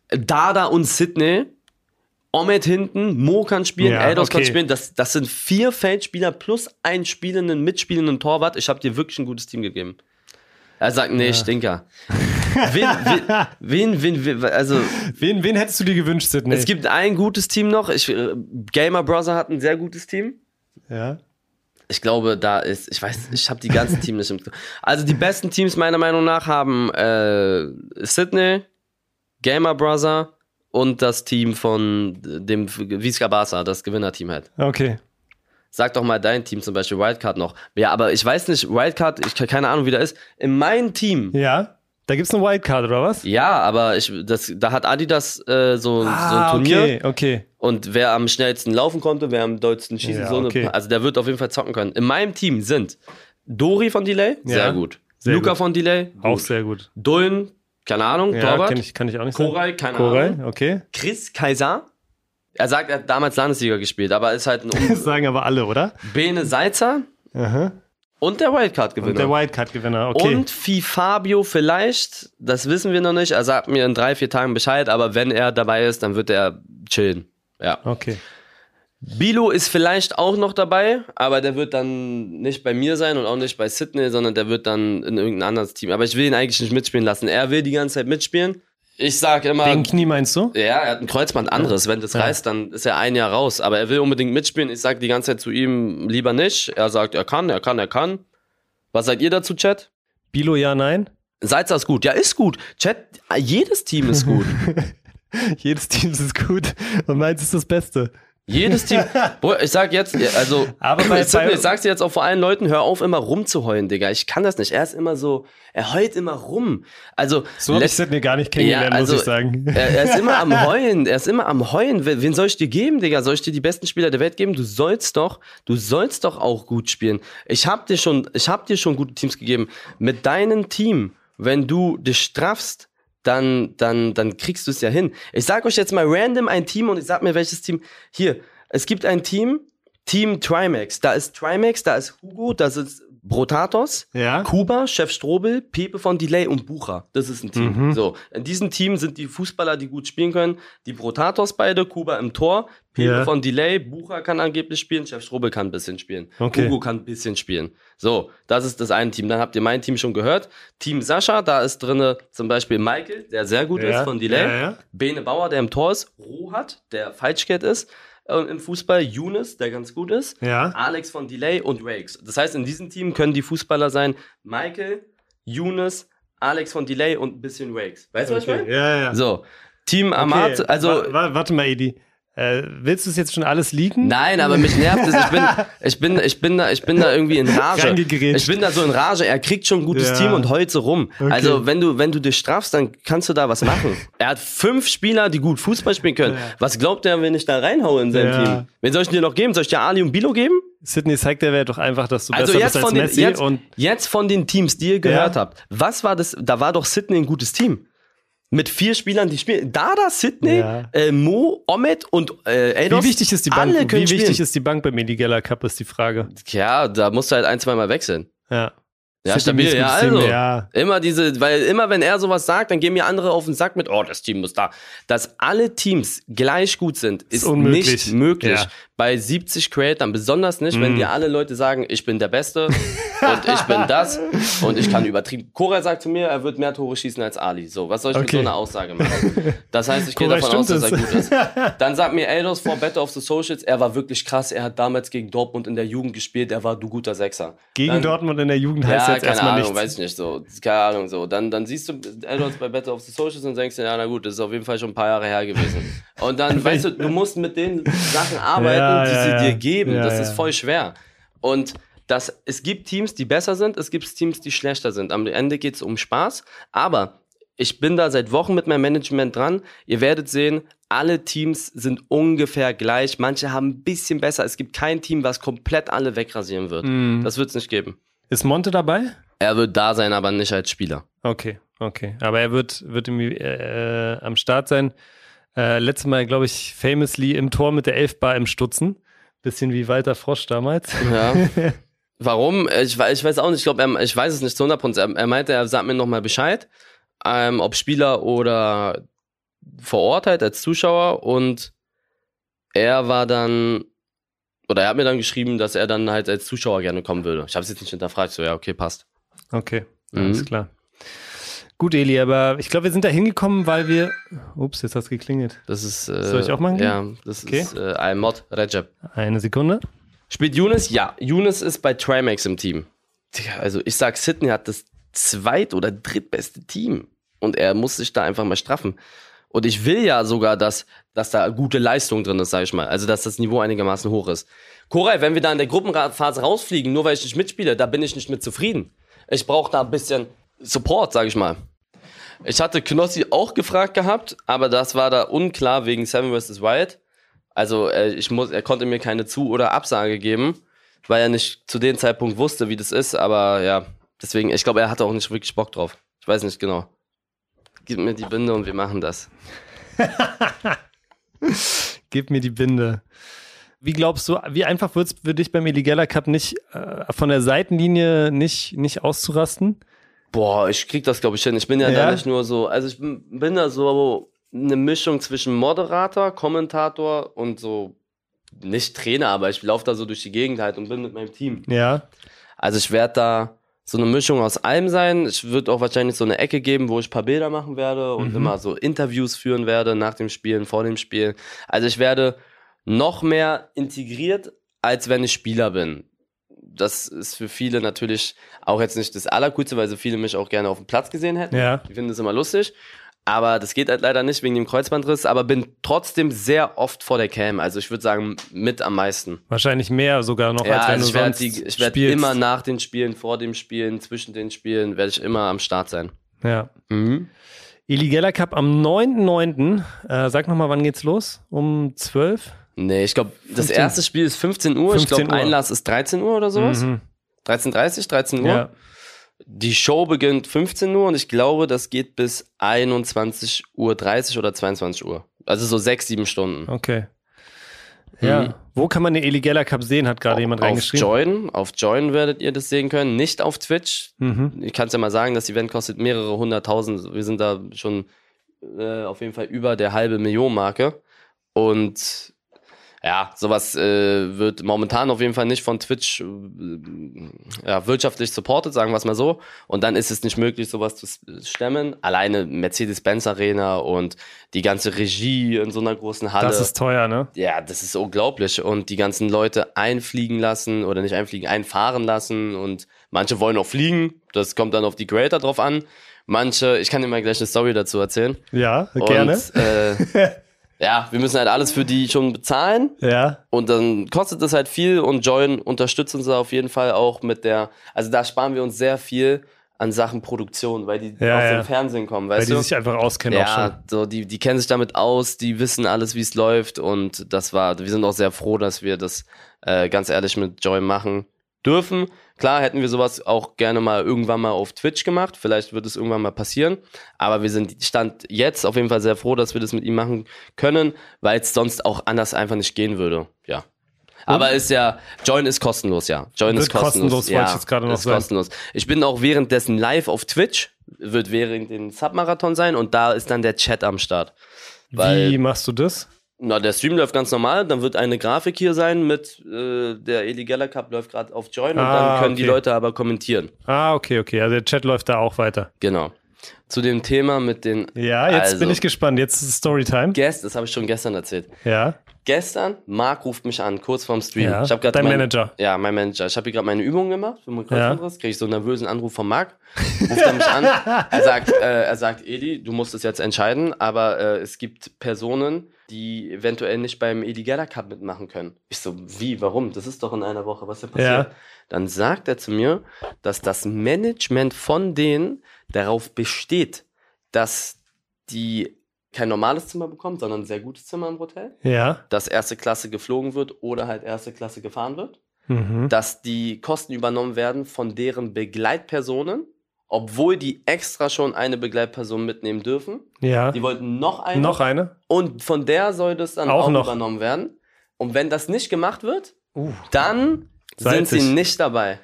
Speaker 2: Dada und Sydney. Omet hinten, Mo kann spielen,
Speaker 1: Ja,
Speaker 2: Eldos kann
Speaker 1: okay.
Speaker 2: spielen. Das, das sind vier Feldspieler plus einen spielenden, mitspielenden Torwart. Ich habe dir wirklich ein gutes Team gegeben. Er sagt, nee, Stinker. Wen, wen, wen, wen, wen also
Speaker 1: wen, wen hättest du dir gewünscht, Sidney?
Speaker 2: es gibt ein gutes Team noch. Ich, äh, Gamer Brother hat ein sehr gutes Team.
Speaker 1: ja.
Speaker 2: Ich glaube, da ist, ich weiß, ich habe die ganzen Teams nicht im Also die besten Teams meiner Meinung nach haben äh, Sydney, Gamer Brother und das Team von dem Vizca Barca, das Gewinnerteam halt.
Speaker 1: Okay.
Speaker 2: Sag doch mal dein Team zum Beispiel Wildcard noch. Ja, aber ich weiß nicht, Wildcard, ich keine Ahnung, wie der ist. In meinem Team
Speaker 1: Ja. Da gibt's eine Wildcard, oder was?
Speaker 2: Ja, aber ich, das, da hat Adidas äh, so, so ein Turnier
Speaker 1: Ah, okay, okay.
Speaker 2: und wer am schnellsten laufen konnte, wer am deutlichsten schießen,
Speaker 1: Ja,
Speaker 2: so eine,
Speaker 1: okay.
Speaker 2: also der wird auf jeden Fall zocken können. In meinem Team sind Dori von Delay, sehr
Speaker 1: Ja,
Speaker 2: gut.
Speaker 1: sehr
Speaker 2: Luca
Speaker 1: gut.
Speaker 2: von Delay, gut.
Speaker 1: Auch sehr gut.
Speaker 2: Dullen, keine Ahnung,
Speaker 1: Ja,
Speaker 2: Torwart.
Speaker 1: kann ich, kann ich auch nicht
Speaker 2: Koray, keine
Speaker 1: sagen. Koray,
Speaker 2: Ahnung.
Speaker 1: okay.
Speaker 2: Chris Kaiser. Er sagt, er hat damals Landesliga gespielt, aber ist halt ein
Speaker 1: Das
Speaker 2: um
Speaker 1: sagen aber alle, oder?
Speaker 2: Bene Seitzer
Speaker 1: Aha.
Speaker 2: und der
Speaker 1: Und
Speaker 2: Wildcard-Gewinner.
Speaker 1: der Wildcard-Gewinner, okay.
Speaker 2: Genau. Und Fi Fabio vielleicht, das wissen wir noch nicht. Er sagt mir in drei, vier Tagen Bescheid, aber wenn er dabei ist, dann wird er chillen. Ja.
Speaker 1: Okay.
Speaker 2: Bilo ist vielleicht auch noch dabei, aber der wird dann nicht bei mir sein und auch nicht bei Sydney, sondern der wird dann in irgendein anderes Team. Aber ich will ihn eigentlich nicht mitspielen lassen. Er will die ganze Zeit mitspielen. Ich sag immer,
Speaker 1: Den Knie meinst du?
Speaker 2: ja, er hat ein Kreuzband anderes. Wenn das
Speaker 1: Ja.
Speaker 2: reißt, dann ist er ein Jahr raus. Aber er will unbedingt mitspielen. Ich sag die ganze Zeit zu ihm lieber nicht. Er sagt, er kann, er kann, er kann. Was sagt ihr dazu, Chat?
Speaker 1: Bilo, ja, nein.
Speaker 2: Salzer ist gut. Ja, ist gut. Chat, jedes Team ist gut.
Speaker 1: Jedes Team ist gut und meins ist das Beste.
Speaker 2: Jedes Team. Bruder, ich sag jetzt, also,
Speaker 1: Aber bei-
Speaker 2: ich, sag,
Speaker 1: bei-
Speaker 2: ich sag's dir jetzt auch vor allen Leuten, hör auf, immer rumzuheulen, Digga. Ich kann das nicht. Er ist immer so, er heult immer rum. Also,
Speaker 1: So habe ich
Speaker 2: letzt-
Speaker 1: Sidney gar nicht kennengelernt,
Speaker 2: Ja, also,
Speaker 1: muss ich sagen.
Speaker 2: er, er ist immer am Heulen, er ist immer am Heulen. Wen wen soll ich dir geben, Digga? Soll ich dir die besten Spieler der Welt geben? Du sollst doch, du sollst doch auch gut spielen. Ich hab dir schon, ich hab dir schon gute Teams gegeben. Mit deinem Team, wenn du dich straffst, dann, dann, dann kriegst du es ja hin. Ich sag euch jetzt mal random ein Team und ich sag mir, welches Team. Hier, es gibt ein Team, Team Trimax. Da ist Trimax, da ist Hugo, da ist Brotatos.
Speaker 1: Ja.
Speaker 2: Kuba, Chef Strobel, Pepe von Delay und Bucher. Das ist ein
Speaker 1: Mhm.
Speaker 2: Team. So, in diesem Team sind die Fußballer, die gut spielen können. Die Brotatos beide, Kuba im Tor, Pepe
Speaker 1: Ja.
Speaker 2: von Delay, Bucher kann angeblich spielen, Chef Strobel kann ein bisschen spielen.
Speaker 1: Okay.
Speaker 2: Hugo kann ein bisschen spielen. So, das ist das eine Team. Dann habt ihr mein Team schon gehört. Team Sascha, da ist drinne zum Beispiel Michael, der sehr gut
Speaker 1: Ja,
Speaker 2: ist von Delay.
Speaker 1: ja, ja.
Speaker 2: Bene Bauer, der im Tor ist. Rohat, der Falschgeld ist. äh, Im Fußball Younes, der ganz gut ist.
Speaker 1: Ja.
Speaker 2: Alex von Delay und Rakes. Das heißt, in diesem Team können die Fußballer sein Michael, Younes, Alex von Delay und ein bisschen Rakes. Weißt du, was ich
Speaker 1: Okay.
Speaker 2: meine?
Speaker 1: Ja, ja.
Speaker 2: So, Team Amat,
Speaker 1: Okay.
Speaker 2: also
Speaker 1: Wa- wa- warte mal, Edi. Äh, willst du es jetzt schon alles liegen?
Speaker 2: Nein, aber mich nervt es. Ich bin, ich bin, ich bin da, ich bin da irgendwie in Rage.
Speaker 1: Reingegrätscht.
Speaker 2: Ich bin da so in Rage. Er kriegt schon ein gutes
Speaker 1: Ja.
Speaker 2: Team und heult so rum. Also wenn du, wenn du dich strafst, dann kannst du da was machen. Er hat fünf Spieler, die gut Fußball spielen können. Was glaubt er, wenn ich da reinhaue in sein
Speaker 1: Ja.
Speaker 2: Team? Wen soll ich dir noch geben? Soll ich dir Ali und Bilo geben?
Speaker 1: Sydney zeigt der Welt doch einfach, dass du
Speaker 2: Also
Speaker 1: besser
Speaker 2: jetzt
Speaker 1: bist als
Speaker 2: von, den,
Speaker 1: Messi
Speaker 2: jetzt,
Speaker 1: und
Speaker 2: jetzt von den Teams, die ihr gehört
Speaker 1: Ja.
Speaker 2: habt, was war das? Da war doch Sydney ein gutes Team. Mit vier Spielern, die spielen. Dada, Sydney,
Speaker 1: Ja.
Speaker 2: äh, Mo, Omet und äh,
Speaker 1: wie
Speaker 2: Eidos.
Speaker 1: wichtig ist die Bank?
Speaker 2: Alle können
Speaker 1: Wie wichtig
Speaker 2: spielen.
Speaker 1: ist die Bank beim Indigella Cup ist die Frage.
Speaker 2: Ja, da musst du halt ein, zweimal wechseln.
Speaker 1: Ja.
Speaker 2: Ja,
Speaker 1: Sydney
Speaker 2: stabil,
Speaker 1: ist ein
Speaker 2: ja,
Speaker 1: gutes Team,
Speaker 2: also.
Speaker 1: ja.
Speaker 2: Immer diese, weil immer wenn er sowas sagt, dann gehen mir andere auf den Sack mit, oh, das Team muss da. Dass alle Teams gleich gut sind, ist,
Speaker 1: unmöglich.
Speaker 2: nicht möglich.
Speaker 1: Ja. Mhm.
Speaker 2: Bei 70 Creators besonders nicht, wenn dir alle Leute sagen, ich bin der Beste und ich bin das und ich kann übertrieben. Cora sagt zu mir, er wird mehr Tore schießen als Ali. So, was soll ich mit
Speaker 1: Okay.
Speaker 2: so einer Aussage machen? Das heißt, ich gehe
Speaker 1: Cora,
Speaker 2: davon aus, dass
Speaker 1: stimmt
Speaker 2: er gut ist. Dann sagt mir Eldos vor Battle of the Socials, er war wirklich krass, er hat damals gegen Dortmund in der Jugend gespielt, er war du guter Sechser.
Speaker 1: Gegen
Speaker 2: Dann-
Speaker 1: Dortmund in der Jugend heißt
Speaker 2: ja,
Speaker 1: jetzt
Speaker 2: keine
Speaker 1: erstmal
Speaker 2: Ahnung,
Speaker 1: nichts.
Speaker 2: weiß ich nicht so. Keine Ahnung so. Dann, dann siehst du Edwards bei Battle of the Socials und denkst dir, ja, na gut, das ist auf jeden Fall schon ein paar Jahre her gewesen. Und dann, weißt du, du musst mit den Sachen
Speaker 1: Ja,
Speaker 2: arbeiten, die
Speaker 1: ja,
Speaker 2: sie
Speaker 1: ja.
Speaker 2: dir geben.
Speaker 1: Ja,
Speaker 2: das
Speaker 1: ja.
Speaker 2: ist voll schwer. Und das, es gibt Teams, die besser sind, es gibt Teams, die schlechter sind. Am Ende geht es um Spaß, aber ich bin da seit Wochen mit meinem Management dran. Ihr werdet sehen, alle Teams sind ungefähr gleich. Manche haben ein bisschen besser. Es gibt kein Team, was komplett alle wegrasieren wird.
Speaker 1: Mhm.
Speaker 2: Das wird es nicht geben.
Speaker 1: Ist Monte dabei?
Speaker 2: Er wird da sein, aber nicht als Spieler.
Speaker 1: Okay, okay. Aber er wird, wird irgendwie äh, am Start sein. Äh, letztes Mal, glaube ich, famously im Tor mit der Elfbar im Stutzen. Bisschen wie Walter Frosch damals.
Speaker 2: Ja. Warum? Ich, we- ich weiß auch nicht. Ich glaube, er- ich weiß es nicht zu 100%. Er, er meinte, er sagt mir nochmal Bescheid, ähm, ob Spieler oder vor Ort halt als Zuschauer. Und er war dann, oder er hat mir dann geschrieben, dass er dann halt als Zuschauer gerne kommen würde. Ich habe es jetzt nicht hinterfragt. So, ja, okay, passt.
Speaker 1: Okay,
Speaker 2: Mhm.
Speaker 1: alles klar. Gut, Eli, aber ich glaube, wir sind da hingekommen, weil wir. Ups, jetzt hat's geklingelt.
Speaker 2: Das ist. Äh,
Speaker 1: Soll ich auch machen?
Speaker 2: Ja, das
Speaker 1: Okay.
Speaker 2: ist äh, ein Mod, Recep.
Speaker 1: Eine Sekunde.
Speaker 2: Spielt Younes? Ja. Younes ist bei Trimax im Team. Tja, Also ich sag, Sydney hat das zweit- oder drittbeste Team. Und er muss sich da einfach mal straffen. Und ich will ja sogar, dass, dass da gute Leistung drin ist, sag ich mal. Also, dass das Niveau einigermaßen hoch ist. Koray, wenn wir da in der Gruppenphase rausfliegen, nur weil ich nicht mitspiele, da bin ich nicht mit zufrieden. Ich brauche da ein bisschen Support, sag ich mal. Ich hatte Knossi auch gefragt gehabt, aber das war da unklar wegen Seven vs. Wild. Also äh, ich muss, er konnte mir keine Zu- oder Absage geben, weil er nicht zu dem Zeitpunkt wusste, wie das ist. Aber ja, deswegen, ich glaube, er hatte auch nicht wirklich Bock drauf. Ich weiß nicht genau. Gib mir die Binde und wir machen das.
Speaker 1: Gib mir die Binde. Wie glaubst du, wie einfach wird es für dich beim Eligella Cup nicht äh, von der Seitenlinie nicht, nicht auszurasten?
Speaker 2: Boah, ich krieg das, glaube ich, hin. Ich bin ja,
Speaker 1: Ja?
Speaker 2: da nicht nur so, also ich bin bin da so eine Mischung zwischen Moderator, Kommentator und so, nicht Trainer, aber ich laufe da so durch die Gegend halt und bin mit meinem Team.
Speaker 1: Ja.
Speaker 2: Also ich werde da so eine Mischung aus allem sein. Ich würde auch wahrscheinlich so eine Ecke geben, wo ich ein paar Bilder machen werde und immer so Interviews führen werde nach dem Spielen, vor dem Spielen. Also ich werde noch mehr integriert, als wenn ich Spieler bin. Das ist für viele natürlich auch jetzt nicht das Allercoolste, weil so viele mich auch gerne auf dem Platz gesehen hätten.
Speaker 1: Ja.
Speaker 2: Die finden das immer lustig. Aber das geht halt leider nicht wegen dem Kreuzbandriss, aber bin trotzdem sehr oft vor der Cam. Also ich würde sagen, mit am meisten
Speaker 1: Wahrscheinlich mehr sogar noch, als wenn
Speaker 2: also
Speaker 1: du
Speaker 2: ich werd
Speaker 1: sonst
Speaker 2: die- Ich werde
Speaker 1: spielst.
Speaker 2: immer nach den Spielen, vor dem Spielen, zwischen den Spielen, werde ich immer am Start sein.
Speaker 1: Ja. Mhm. Eligella Cup am 9.9. Äh, sag nochmal, wann geht's los? Um 12?
Speaker 2: Nee, ich glaube, das
Speaker 1: 15.
Speaker 2: erste Spiel ist 15 Uhr. ich
Speaker 1: 15
Speaker 2: glaube,
Speaker 1: Uhr. Mhm.
Speaker 2: Einlass ist 13 Uhr oder sowas. 13.30, 13 Uhr.
Speaker 1: Ja.
Speaker 2: Die Show beginnt 15 Uhr und ich glaube, das geht bis 21.30 Uhr oder 22 Uhr. Also so sechs, sieben Stunden.
Speaker 1: Okay. Ja. Wo kann man den Eligella Cup sehen, hat gerade jemand
Speaker 2: auf
Speaker 1: reingeschrieben.
Speaker 2: Join, auf Join werdet ihr das sehen können, nicht auf Twitch.
Speaker 1: Mhm.
Speaker 2: Ich kann es ja mal sagen, das Event kostet mehrere hunderttausend. Wir sind da schon äh, auf jeden Fall über der halbe Million Marke. Und ja, sowas äh, wird momentan auf jeden Fall nicht von Twitch äh, ja, wirtschaftlich supported, sagen wir es mal so. Und dann ist es nicht möglich, sowas zu s- stemmen. Alleine Mercedes-Benz Arena und die ganze Regie in so einer großen Halle.
Speaker 1: Das ist teuer, ne?
Speaker 2: Ja, das ist unglaublich. Und die ganzen Leute einfliegen lassen oder nicht einfliegen, einfahren lassen. Und manche wollen auch fliegen. Das kommt dann auf die Creator drauf an. Manche, ich kann dir mal gleich eine Story dazu erzählen.
Speaker 1: Ja, gerne.
Speaker 2: Und, äh, ja, wir müssen halt alles für die schon bezahlen.
Speaker 1: Ja.
Speaker 2: Und dann kostet das halt viel und Join unterstützt uns da auf jeden Fall auch mit der, also da sparen wir uns sehr viel an Sachen Produktion, weil die
Speaker 1: Ja,
Speaker 2: aus
Speaker 1: ja.
Speaker 2: dem Fernsehen kommen,
Speaker 1: Weil
Speaker 2: weißt
Speaker 1: die
Speaker 2: du?
Speaker 1: sich einfach auskennen auch schon.
Speaker 2: ja, so die, die kennen sich damit aus, die wissen alles, wie es läuft und das war, wir sind auch sehr froh, dass wir das äh, ganz ehrlich mit Join machen dürfen. Klar hätten wir sowas auch gerne mal irgendwann mal auf Twitch gemacht, vielleicht wird es irgendwann mal passieren, aber wir sind Stand jetzt auf jeden Fall sehr froh, dass wir das mit ihm machen können, weil es sonst auch anders einfach nicht gehen würde, ja. Aber ist ja, Join ist kostenlos, ja. Join
Speaker 1: Wird
Speaker 2: ist kostenlos.
Speaker 1: kostenlos, wollte
Speaker 2: ja,
Speaker 1: ich jetzt gerade noch
Speaker 2: ist
Speaker 1: sagen.
Speaker 2: kostenlos. Ich bin auch währenddessen live auf Twitch, wird während den Submarathon sein und da ist dann der Chat am Start. Weil,
Speaker 1: Wie machst du das?
Speaker 2: na, der Stream läuft ganz normal, dann wird eine Grafik hier sein mit, äh, der Eli Geller Cup läuft gerade auf Join und
Speaker 1: Ah,
Speaker 2: dann können die
Speaker 1: okay.
Speaker 2: Leute aber kommentieren.
Speaker 1: Ah, okay, okay. Also der Chat läuft da auch weiter. Ah,
Speaker 2: Genau. Zu dem Thema mit den
Speaker 1: Ja, jetzt
Speaker 2: Also.
Speaker 1: bin ich gespannt. Jetzt ist Storytime.
Speaker 2: Guests, das habe ich schon gestern erzählt.
Speaker 1: Ja.
Speaker 2: Gestern, Marc ruft mich an, kurz vorm Stream.
Speaker 1: ja.
Speaker 2: Ich hab grad
Speaker 1: Dein
Speaker 2: mein-
Speaker 1: Manager.
Speaker 2: Ja, mein Manager. Ich habe hier gerade meine Übungen gemacht, für mein
Speaker 1: Ja.
Speaker 2: Kreuzbandriss, kriege ich so einen nervösen Anruf von Marc. Ruft er mich an. Er sagt, äh, er sagt, Edi, du musst es jetzt entscheiden, aber äh, es gibt Personen, die eventuell nicht beim Edi Geller Cup mitmachen können. Ich so, wie, warum? Das ist doch in einer Woche, was ist denn passiert?
Speaker 1: Ja.
Speaker 2: Dann sagt er zu mir, dass das Management von denen darauf besteht, dass die kein normales Zimmer bekommen, sondern ein sehr gutes Zimmer im Hotel,
Speaker 1: Ja.
Speaker 2: dass erste Klasse geflogen wird oder halt erste Klasse gefahren wird
Speaker 1: Mhm.
Speaker 2: dass die Kosten übernommen werden von deren Begleitpersonen, obwohl die extra schon eine Begleitperson mitnehmen dürfen.
Speaker 1: Ja.
Speaker 2: Die wollten noch eine
Speaker 1: Noch eine?
Speaker 2: und von der soll das dann
Speaker 1: Auch
Speaker 2: auch,
Speaker 1: noch.
Speaker 2: übernommen werden. Und wenn das nicht gemacht wird,
Speaker 1: Uh.
Speaker 2: dann sind
Speaker 1: Salzig.
Speaker 2: sie nicht dabei.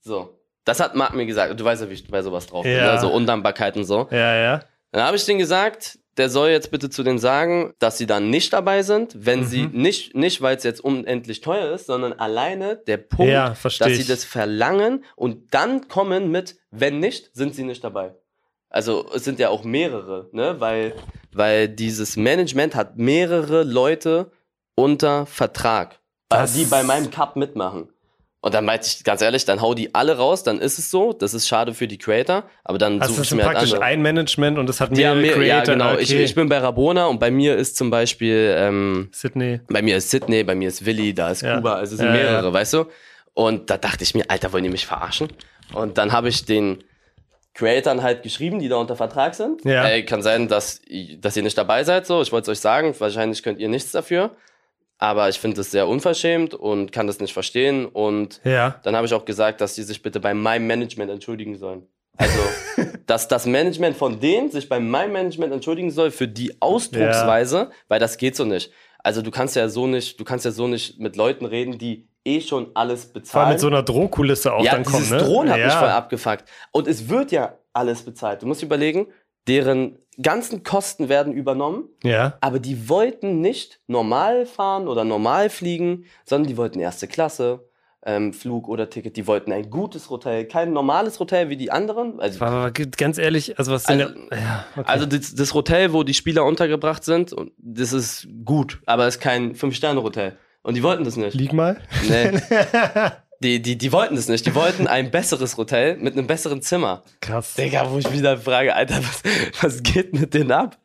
Speaker 2: So. Das hat Marc mir gesagt. Du weißt ja, wie ich bei sowas drauf bin.
Speaker 1: Ja.
Speaker 2: Also Undankbarkeit und so.
Speaker 1: Ja, ja.
Speaker 2: Dann habe ich denen gesagt, der soll jetzt bitte zu denen sagen, dass sie dann nicht dabei sind, wenn
Speaker 1: Mhm.
Speaker 2: sie nicht, nicht weil es jetzt unendlich teuer ist, sondern alleine der Punkt,
Speaker 1: ja, verstehe
Speaker 2: dass
Speaker 1: ich.
Speaker 2: sie das verlangen und dann kommen mit, wenn nicht, sind sie nicht dabei. Also es sind ja auch mehrere, ne? Weil, weil dieses Management hat mehrere Leute unter Vertrag, äh,
Speaker 1: Das-
Speaker 2: die bei meinem Cup mitmachen. Und dann meinte ich ganz ehrlich, dann hau die alle raus, dann ist es so, das ist schade für die Creator, aber dann
Speaker 1: also
Speaker 2: suche
Speaker 1: das
Speaker 2: ich
Speaker 1: ist
Speaker 2: mir halt
Speaker 1: praktisch
Speaker 2: andere.
Speaker 1: ein Management und das hat
Speaker 2: Die
Speaker 1: mehrere
Speaker 2: haben mehr,
Speaker 1: Creator.
Speaker 2: ja, genau.
Speaker 1: Okay.
Speaker 2: Ich, ich bin bei Rabona und bei mir ist zum Beispiel ähm,
Speaker 1: Sydney.
Speaker 2: bei mir ist Sydney, bei mir ist Willi, da ist
Speaker 1: Ja.
Speaker 2: Kuba, also es sind
Speaker 1: Ja,
Speaker 2: mehrere,
Speaker 1: ja.
Speaker 2: weißt du? Und da dachte ich mir, Alter, wollen die mich verarschen? Und dann habe ich den Creatoren halt geschrieben, die da unter Vertrag sind.
Speaker 1: Ja.
Speaker 2: Ey, kann sein, dass, i- dass ihr nicht dabei seid, so. Ich wollte es euch sagen, wahrscheinlich könnt ihr nichts dafür. Aber ich finde es sehr unverschämt und kann das nicht verstehen. Und
Speaker 1: Ja.
Speaker 2: dann habe ich auch gesagt, dass die sich bitte bei meinem Management entschuldigen sollen. Also, dass das Management von denen sich bei meinem Management entschuldigen soll für die Ausdrucksweise, weil das geht so nicht. Also du kannst ja so nicht, du kannst ja so nicht mit Leuten reden, die eh schon alles
Speaker 1: Vor allem
Speaker 2: bezahlen.
Speaker 1: mit so einer Drohkulisse auch
Speaker 2: ja,
Speaker 1: dann kommen,
Speaker 2: dieses
Speaker 1: ne?
Speaker 2: Drohen hat
Speaker 1: ja.
Speaker 2: mich voll abgefuckt. Und es wird ja alles bezahlt. Du musst überlegen, deren ganzen Kosten werden übernommen,
Speaker 1: Ja.
Speaker 2: aber die wollten nicht normal fahren oder normal fliegen, sondern die wollten erste Klasse, ähm, Flug oder Ticket. Die wollten ein gutes Hotel, kein normales Hotel wie die anderen. Also,
Speaker 1: Aber ganz ehrlich, also was denn
Speaker 2: Also-
Speaker 1: der, ja, okay.
Speaker 2: also das, das Hotel, wo die Spieler untergebracht sind, und das ist gut, aber es ist kein Fünf-Sterne-Hotel. Und die wollten das nicht.
Speaker 1: lieg mal.
Speaker 2: Nee. Die, die, die wollten das nicht. Die wollten ein besseres Hotel mit einem besseren Zimmer.
Speaker 1: Krass.
Speaker 2: Digga, wo ich wieder frage, Alter, was, was geht mit denen ab?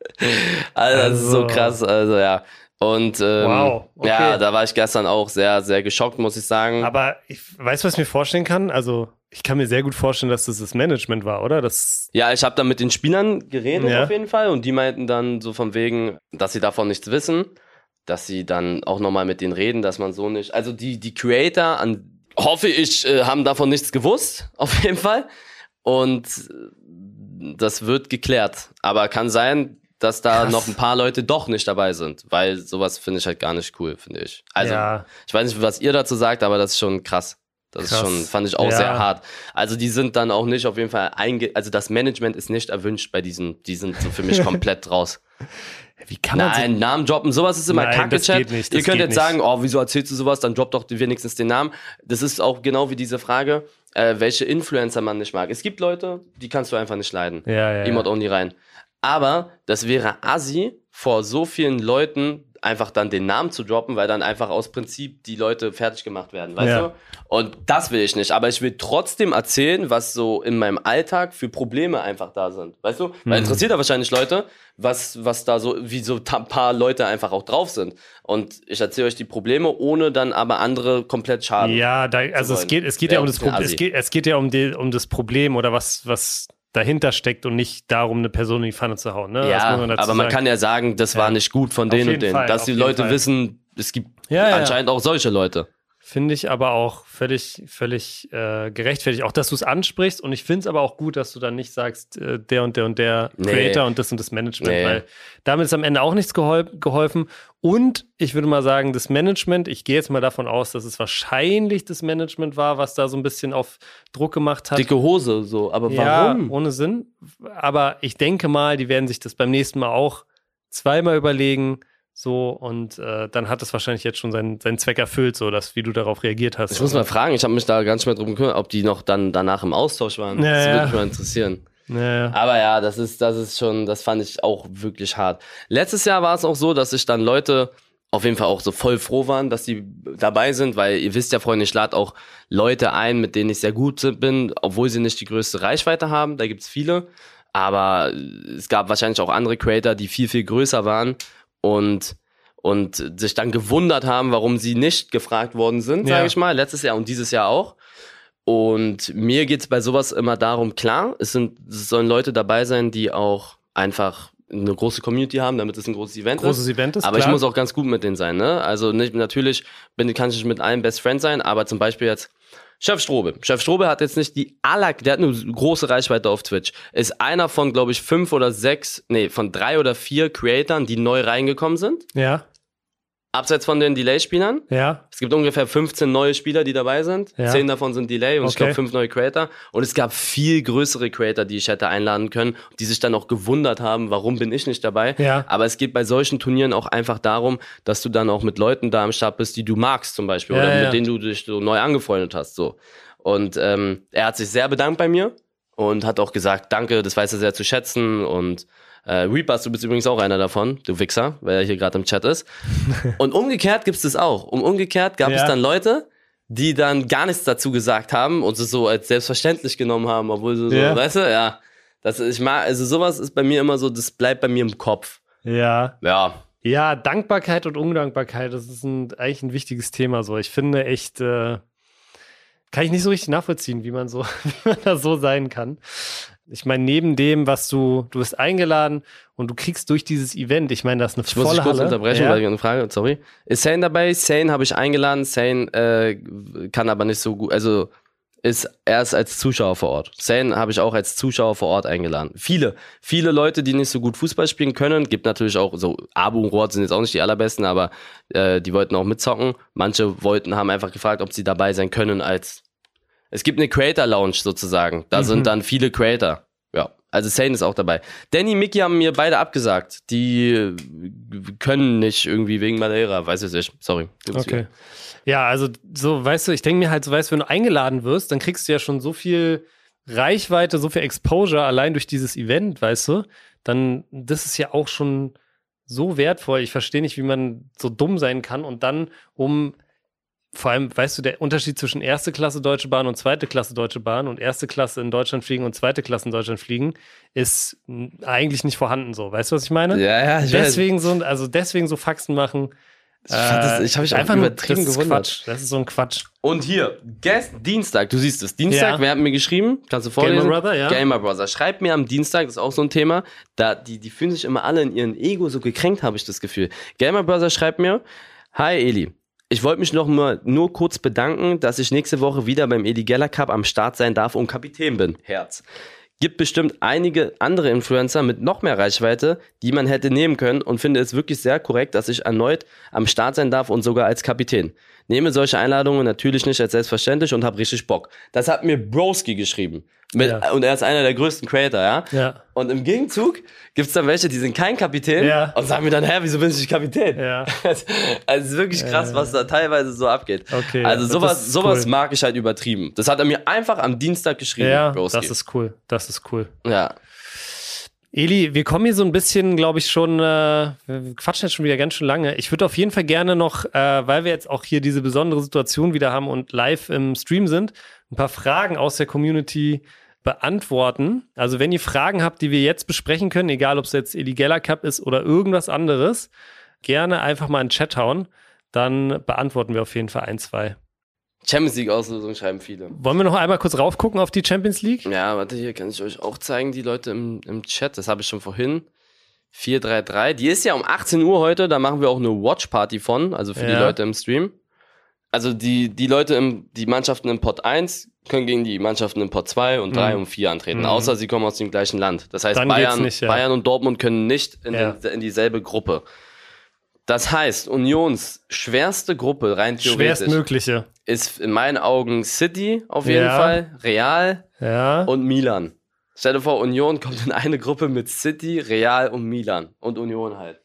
Speaker 2: Alter, das ist so
Speaker 1: Also.
Speaker 2: krass, also ja. Und ähm,
Speaker 1: Wow, okay.
Speaker 2: ja, da war ich gestern auch sehr, sehr geschockt, muss ich sagen.
Speaker 1: Aber ich weiß, was ich mir vorstellen kann. Also, ich kann mir sehr gut vorstellen, dass das das Management war, oder? Das,
Speaker 2: ja, ich habe dann mit den Spielern geredet
Speaker 1: Ja.
Speaker 2: auf jeden Fall und die meinten dann so von wegen, dass sie davon nichts wissen, dass sie dann auch nochmal mit denen reden, dass man so nicht. Also die, die Creator, an, hoffe ich, äh, haben davon nichts gewusst, auf jeden Fall. Und äh, das wird geklärt. Aber kann sein, dass da
Speaker 1: Krass.
Speaker 2: noch ein paar Leute doch nicht dabei sind, weil sowas finde ich halt gar nicht cool, finde ich. Also,
Speaker 1: ja,
Speaker 2: ich weiß nicht, was ihr dazu sagt, aber das ist schon krass. Das
Speaker 1: Krass.
Speaker 2: ist schon, fand ich auch
Speaker 1: Ja.
Speaker 2: sehr hart. Also die sind dann auch nicht auf jeden Fall einge, also das Management ist nicht erwünscht bei diesen, die sind so für mich komplett raus.
Speaker 1: wie kann man
Speaker 2: Nein, Namen droppen, sowas ist immer
Speaker 1: Nein,
Speaker 2: kacke,
Speaker 1: das
Speaker 2: Chat.
Speaker 1: geht nicht,
Speaker 2: ihr
Speaker 1: das
Speaker 2: könnt
Speaker 1: geht
Speaker 2: jetzt
Speaker 1: nicht.
Speaker 2: sagen, oh, wieso erzählst du sowas, dann drop doch wenigstens den Namen. Das ist auch genau wie diese Frage, äh, welche Influencer man nicht mag. Es gibt Leute, die kannst du einfach nicht leiden.
Speaker 1: so? Ja, ja,
Speaker 2: Emote
Speaker 1: ja.
Speaker 2: Only rein. Aber das wäre assi, vor so vielen Leuten einfach dann den Namen zu droppen, weil dann einfach aus Prinzip die Leute fertig gemacht werden, weißt
Speaker 1: Ja.
Speaker 2: du? Und das will ich nicht. Aber ich will trotzdem erzählen, was so in meinem Alltag für Probleme einfach da sind, weißt du?
Speaker 1: Mhm.
Speaker 2: Weil interessiert ja wahrscheinlich Leute, was, was da so, wie so ta- paar Leute einfach auch drauf sind. Und ich erzähle euch die Probleme, ohne dann aber andere komplett schaden.
Speaker 1: Ja, da, also es
Speaker 2: wollen.
Speaker 1: geht, es geht
Speaker 2: Ja,
Speaker 1: ja um das
Speaker 2: der
Speaker 1: Problem, es
Speaker 2: Assi.
Speaker 1: geht, es geht ja um, die, um das Problem oder was, was dahinter steckt und nicht darum, eine Person in die Pfanne zu hauen. Ne? Das
Speaker 2: Ja,
Speaker 1: muss dazu
Speaker 2: aber man
Speaker 1: sagen.
Speaker 2: kann ja sagen, das war nicht gut von denen
Speaker 1: jeden
Speaker 2: und denen.
Speaker 1: Fall,
Speaker 2: Dass
Speaker 1: auf
Speaker 2: die
Speaker 1: jeden
Speaker 2: Leute
Speaker 1: Fall.
Speaker 2: wissen, es gibt
Speaker 1: Ja, ja.
Speaker 2: anscheinend auch solche Leute.
Speaker 1: Finde ich aber auch völlig, völlig äh, gerechtfertigt. Auch, dass du es ansprichst. Und ich finde es aber auch gut, dass du dann nicht sagst, äh, der und der und der
Speaker 2: Nee.
Speaker 1: Creator und das und das Management,
Speaker 2: Nee.
Speaker 1: weil damit ist am Ende auch nichts gehol geholfen. Und ich würde mal sagen, das Management, ich gehe jetzt mal davon aus, dass es wahrscheinlich das Management war, was da so ein bisschen auf Druck gemacht hat.
Speaker 2: Dicke Hose, so. Aber
Speaker 1: Ja,
Speaker 2: warum?
Speaker 1: ohne Sinn. Aber ich denke mal, die werden sich das beim nächsten Mal auch zweimal überlegen. So, und äh, dann hat es wahrscheinlich jetzt schon seinen, seinen Zweck erfüllt, so dass wie du darauf reagiert hast.
Speaker 2: Ich muss mal fragen, ich habe mich da ganz schnell drum gekümmert, ob die noch dann danach im Austausch waren.
Speaker 1: Ja,
Speaker 2: das
Speaker 1: ja.
Speaker 2: würde mich mal interessieren.
Speaker 1: Naja.
Speaker 2: Aber ja, das ist, das ist schon, das fand ich auch wirklich hart. Letztes Jahr war es auch so, dass ich dann Leute auf jeden Fall auch so voll froh waren, dass die dabei sind, weil ihr wisst ja, Freunde, ich lade auch Leute ein, mit denen ich sehr gut bin, obwohl sie nicht die größte Reichweite haben. Da gibt's viele. Aber es gab wahrscheinlich auch andere Creator, die viel, viel größer waren und, und sich dann gewundert haben, warum sie nicht gefragt worden sind,
Speaker 1: Ja.
Speaker 2: sage ich mal, letztes Jahr und dieses Jahr auch. Und mir geht's bei sowas immer darum, klar, es, sind, es sollen Leute dabei sein, die auch einfach eine große Community haben, damit es ein großes Event ist.
Speaker 1: Großes Event ist
Speaker 2: Aber
Speaker 1: klar.
Speaker 2: ich muss auch ganz gut mit denen sein, ne? Also nicht, natürlich bin, kann ich nicht mit allen Best Friend sein, aber zum Beispiel jetzt Chef Strobe. Chef Strobe hat jetzt nicht die aller, der hat eine große Reichweite auf Twitch. Ist einer von, glaube ich, fünf oder sechs, nee, von drei oder vier Creatoren, die neu reingekommen sind.
Speaker 1: Ja,
Speaker 2: Abseits von den Delay-Spielern.
Speaker 1: ja.
Speaker 2: Es gibt ungefähr 15 neue Spieler, die dabei sind.
Speaker 1: Ja.
Speaker 2: Zehn davon sind Delay und ich
Speaker 1: Okay.
Speaker 2: glaube fünf neue Creator. Und es gab viel größere Creator, die ich hätte einladen können, die sich dann auch gewundert haben, warum bin ich nicht dabei.
Speaker 1: Ja.
Speaker 2: Aber es geht bei solchen Turnieren auch einfach darum, dass du dann auch mit Leuten da am Start bist, die du magst zum Beispiel
Speaker 1: Ja,
Speaker 2: oder
Speaker 1: ja.
Speaker 2: mit denen du dich so neu angefreundet hast. So. Und ähm, er hat sich sehr bedankt bei mir und hat auch gesagt, danke, das weißt du sehr zu schätzen und äh, Reapers, du bist übrigens auch einer davon, du Wichser, weil er hier gerade im Chat ist. Und umgekehrt gibt's das auch. Und umgekehrt gab
Speaker 1: Ja.
Speaker 2: es dann Leute, die dann gar nichts dazu gesagt haben und es so als selbstverständlich genommen haben, obwohl sie so,
Speaker 1: Ja.
Speaker 2: weißt du, ja. Das, ich mag, also sowas ist bei mir immer so, das bleibt bei mir im Kopf.
Speaker 1: Ja.
Speaker 2: Ja.
Speaker 1: Ja, Dankbarkeit und Undankbarkeit, das ist ein, eigentlich ein wichtiges Thema. So, ich finde echt, äh, kann ich nicht so richtig nachvollziehen, wie man so, wie man da so sein kann. Ich meine, neben dem, was du, du bist eingeladen und du kriegst durch dieses Event, ich meine, das ist eine
Speaker 2: Ich muss
Speaker 1: volle
Speaker 2: dich kurz
Speaker 1: Halle.
Speaker 2: unterbrechen,
Speaker 1: ja.
Speaker 2: weil ich eine Frage, sorry. Ist Sane dabei? Sane habe ich eingeladen. Sane äh, kann aber nicht so gut, also ist erst als Zuschauer vor Ort. Sane habe ich auch als Zuschauer vor Ort eingeladen. Viele, viele Leute, die nicht so gut Fußball spielen können, gibt natürlich auch so Abu und Roth sind jetzt auch nicht die allerbesten, aber äh, die wollten auch mitzocken. Manche wollten haben einfach gefragt, ob sie dabei sein können als es gibt eine Creator Lounge sozusagen.
Speaker 1: Mhm.
Speaker 2: Da sind dann viele Creator. Ja, also Sane ist auch dabei. Danny, Mickey haben mir beide abgesagt. Die äh, können nicht irgendwie wegen Madeira, weiß ich nicht. Sorry. Gibt's
Speaker 1: Okay. Ja, also so, weißt du, ich denke mir halt, so weißt du, wenn du eingeladen wirst, dann kriegst du ja schon so viel Reichweite, so viel Exposure allein durch dieses Event, weißt du, dann das ist ja auch schon so wertvoll. Ich verstehe nicht, wie man so dumm sein kann und dann um vor allem, weißt du, der Unterschied zwischen erste Klasse Deutsche Bahn und zweite Klasse Deutsche Bahn und erste Klasse in Deutschland fliegen und zweite Klasse in Deutschland fliegen, ist n- eigentlich nicht vorhanden so. Weißt du, was ich meine?
Speaker 2: Ja, ja, ich weiß.
Speaker 1: Ne? deswegen so, also deswegen so Faxen machen. äh,
Speaker 2: Ich fand das- ich hab mich auch
Speaker 1: einfach nur-
Speaker 2: übertrieben
Speaker 1: das ist
Speaker 2: gewundert.
Speaker 1: Quatsch. Das ist so ein Quatsch.
Speaker 2: Und hier, gest Dienstag, du siehst es. Dienstag,
Speaker 1: Ja.
Speaker 2: wer hat mir geschrieben? Kannst du vorlesen?
Speaker 1: Gamer Brother, ja.
Speaker 2: Gamer Brother. Schreibt mir am Dienstag, das ist auch so ein Thema. Da, die, die fühlen sich immer alle in ihren Ego so gekränkt, habe ich das Gefühl. Gamer Brother schreibt mir, Hi Eli. Ich wollte mich noch mal nur kurz bedanken, dass ich nächste Woche wieder beim Eli Geller Cup am Start sein darf und Kapitän bin. Herz. Gibt bestimmt einige andere Influencer mit noch mehr Reichweite, die man hätte nehmen können und finde es wirklich sehr korrekt, dass ich erneut am Start sein darf und sogar als Kapitän. Nehme solche Einladungen natürlich nicht als selbstverständlich und habe richtig Bock. Das hat mir Broski geschrieben. Mit,
Speaker 1: Ja.
Speaker 2: Und er ist einer der größten Creator, ja?
Speaker 1: Ja.
Speaker 2: Und im Gegenzug gibt es dann welche, die sind kein Kapitän
Speaker 1: Ja.
Speaker 2: und sagen mir dann, hä, wieso bin ich nicht Kapitän?
Speaker 1: Ja.
Speaker 2: Also es ist wirklich krass, was da teilweise so abgeht.
Speaker 1: Okay,
Speaker 2: also
Speaker 1: das
Speaker 2: sowas,
Speaker 1: ist
Speaker 2: sowas
Speaker 1: cool.
Speaker 2: mag ich halt übertrieben. Das hat er mir einfach am Dienstag geschrieben,
Speaker 1: Ja,
Speaker 2: Broski.
Speaker 1: das ist cool. Das ist cool.
Speaker 2: ja.
Speaker 1: Eli, wir kommen hier so ein bisschen, glaube ich, schon, äh, wir quatschen jetzt schon wieder ganz schön lange. Ich würde auf jeden Fall gerne noch, äh, weil wir jetzt auch hier diese besondere Situation wieder haben und live im Stream sind, ein paar Fragen aus der Community beantworten. Also wenn ihr Fragen habt, die wir jetzt besprechen können, egal ob es jetzt Eli Geller Cup ist oder irgendwas anderes, gerne einfach mal in den Chat hauen. Dann beantworten wir auf jeden Fall ein, zwei.
Speaker 2: Champions League-Auslosung schreiben viele.
Speaker 1: Wollen wir noch einmal kurz raufgucken auf die Champions League?
Speaker 2: Ja, warte, hier kann ich euch auch zeigen, die Leute im, im Chat. Das habe ich schon vorhin. 433. Die ist ja um 18 Uhr heute. Da machen wir auch eine Watch-Party von. Also für die
Speaker 1: Ja.
Speaker 2: Leute im Stream. Also die, die Leute im, die Mannschaften im Pot 1 können gegen die Mannschaften im Pot 2 und 3
Speaker 1: Mhm.
Speaker 2: und 4 antreten.
Speaker 1: Mhm.
Speaker 2: Außer sie kommen aus dem gleichen Land. Das heißt,
Speaker 1: Dann geht's
Speaker 2: Bayern,
Speaker 1: nicht, ja.
Speaker 2: Bayern und Dortmund können nicht in,
Speaker 1: Ja.
Speaker 2: den, in dieselbe Gruppe. Das heißt, Unions schwerste Gruppe, rein theoretisch,
Speaker 1: Schwerstmögliche.
Speaker 2: ist in meinen Augen City auf jeden
Speaker 1: Ja.
Speaker 2: Fall, Real
Speaker 1: Ja.
Speaker 2: und Milan. Stell dir vor, Union kommt in eine Gruppe mit City, Real und Milan und Union halt.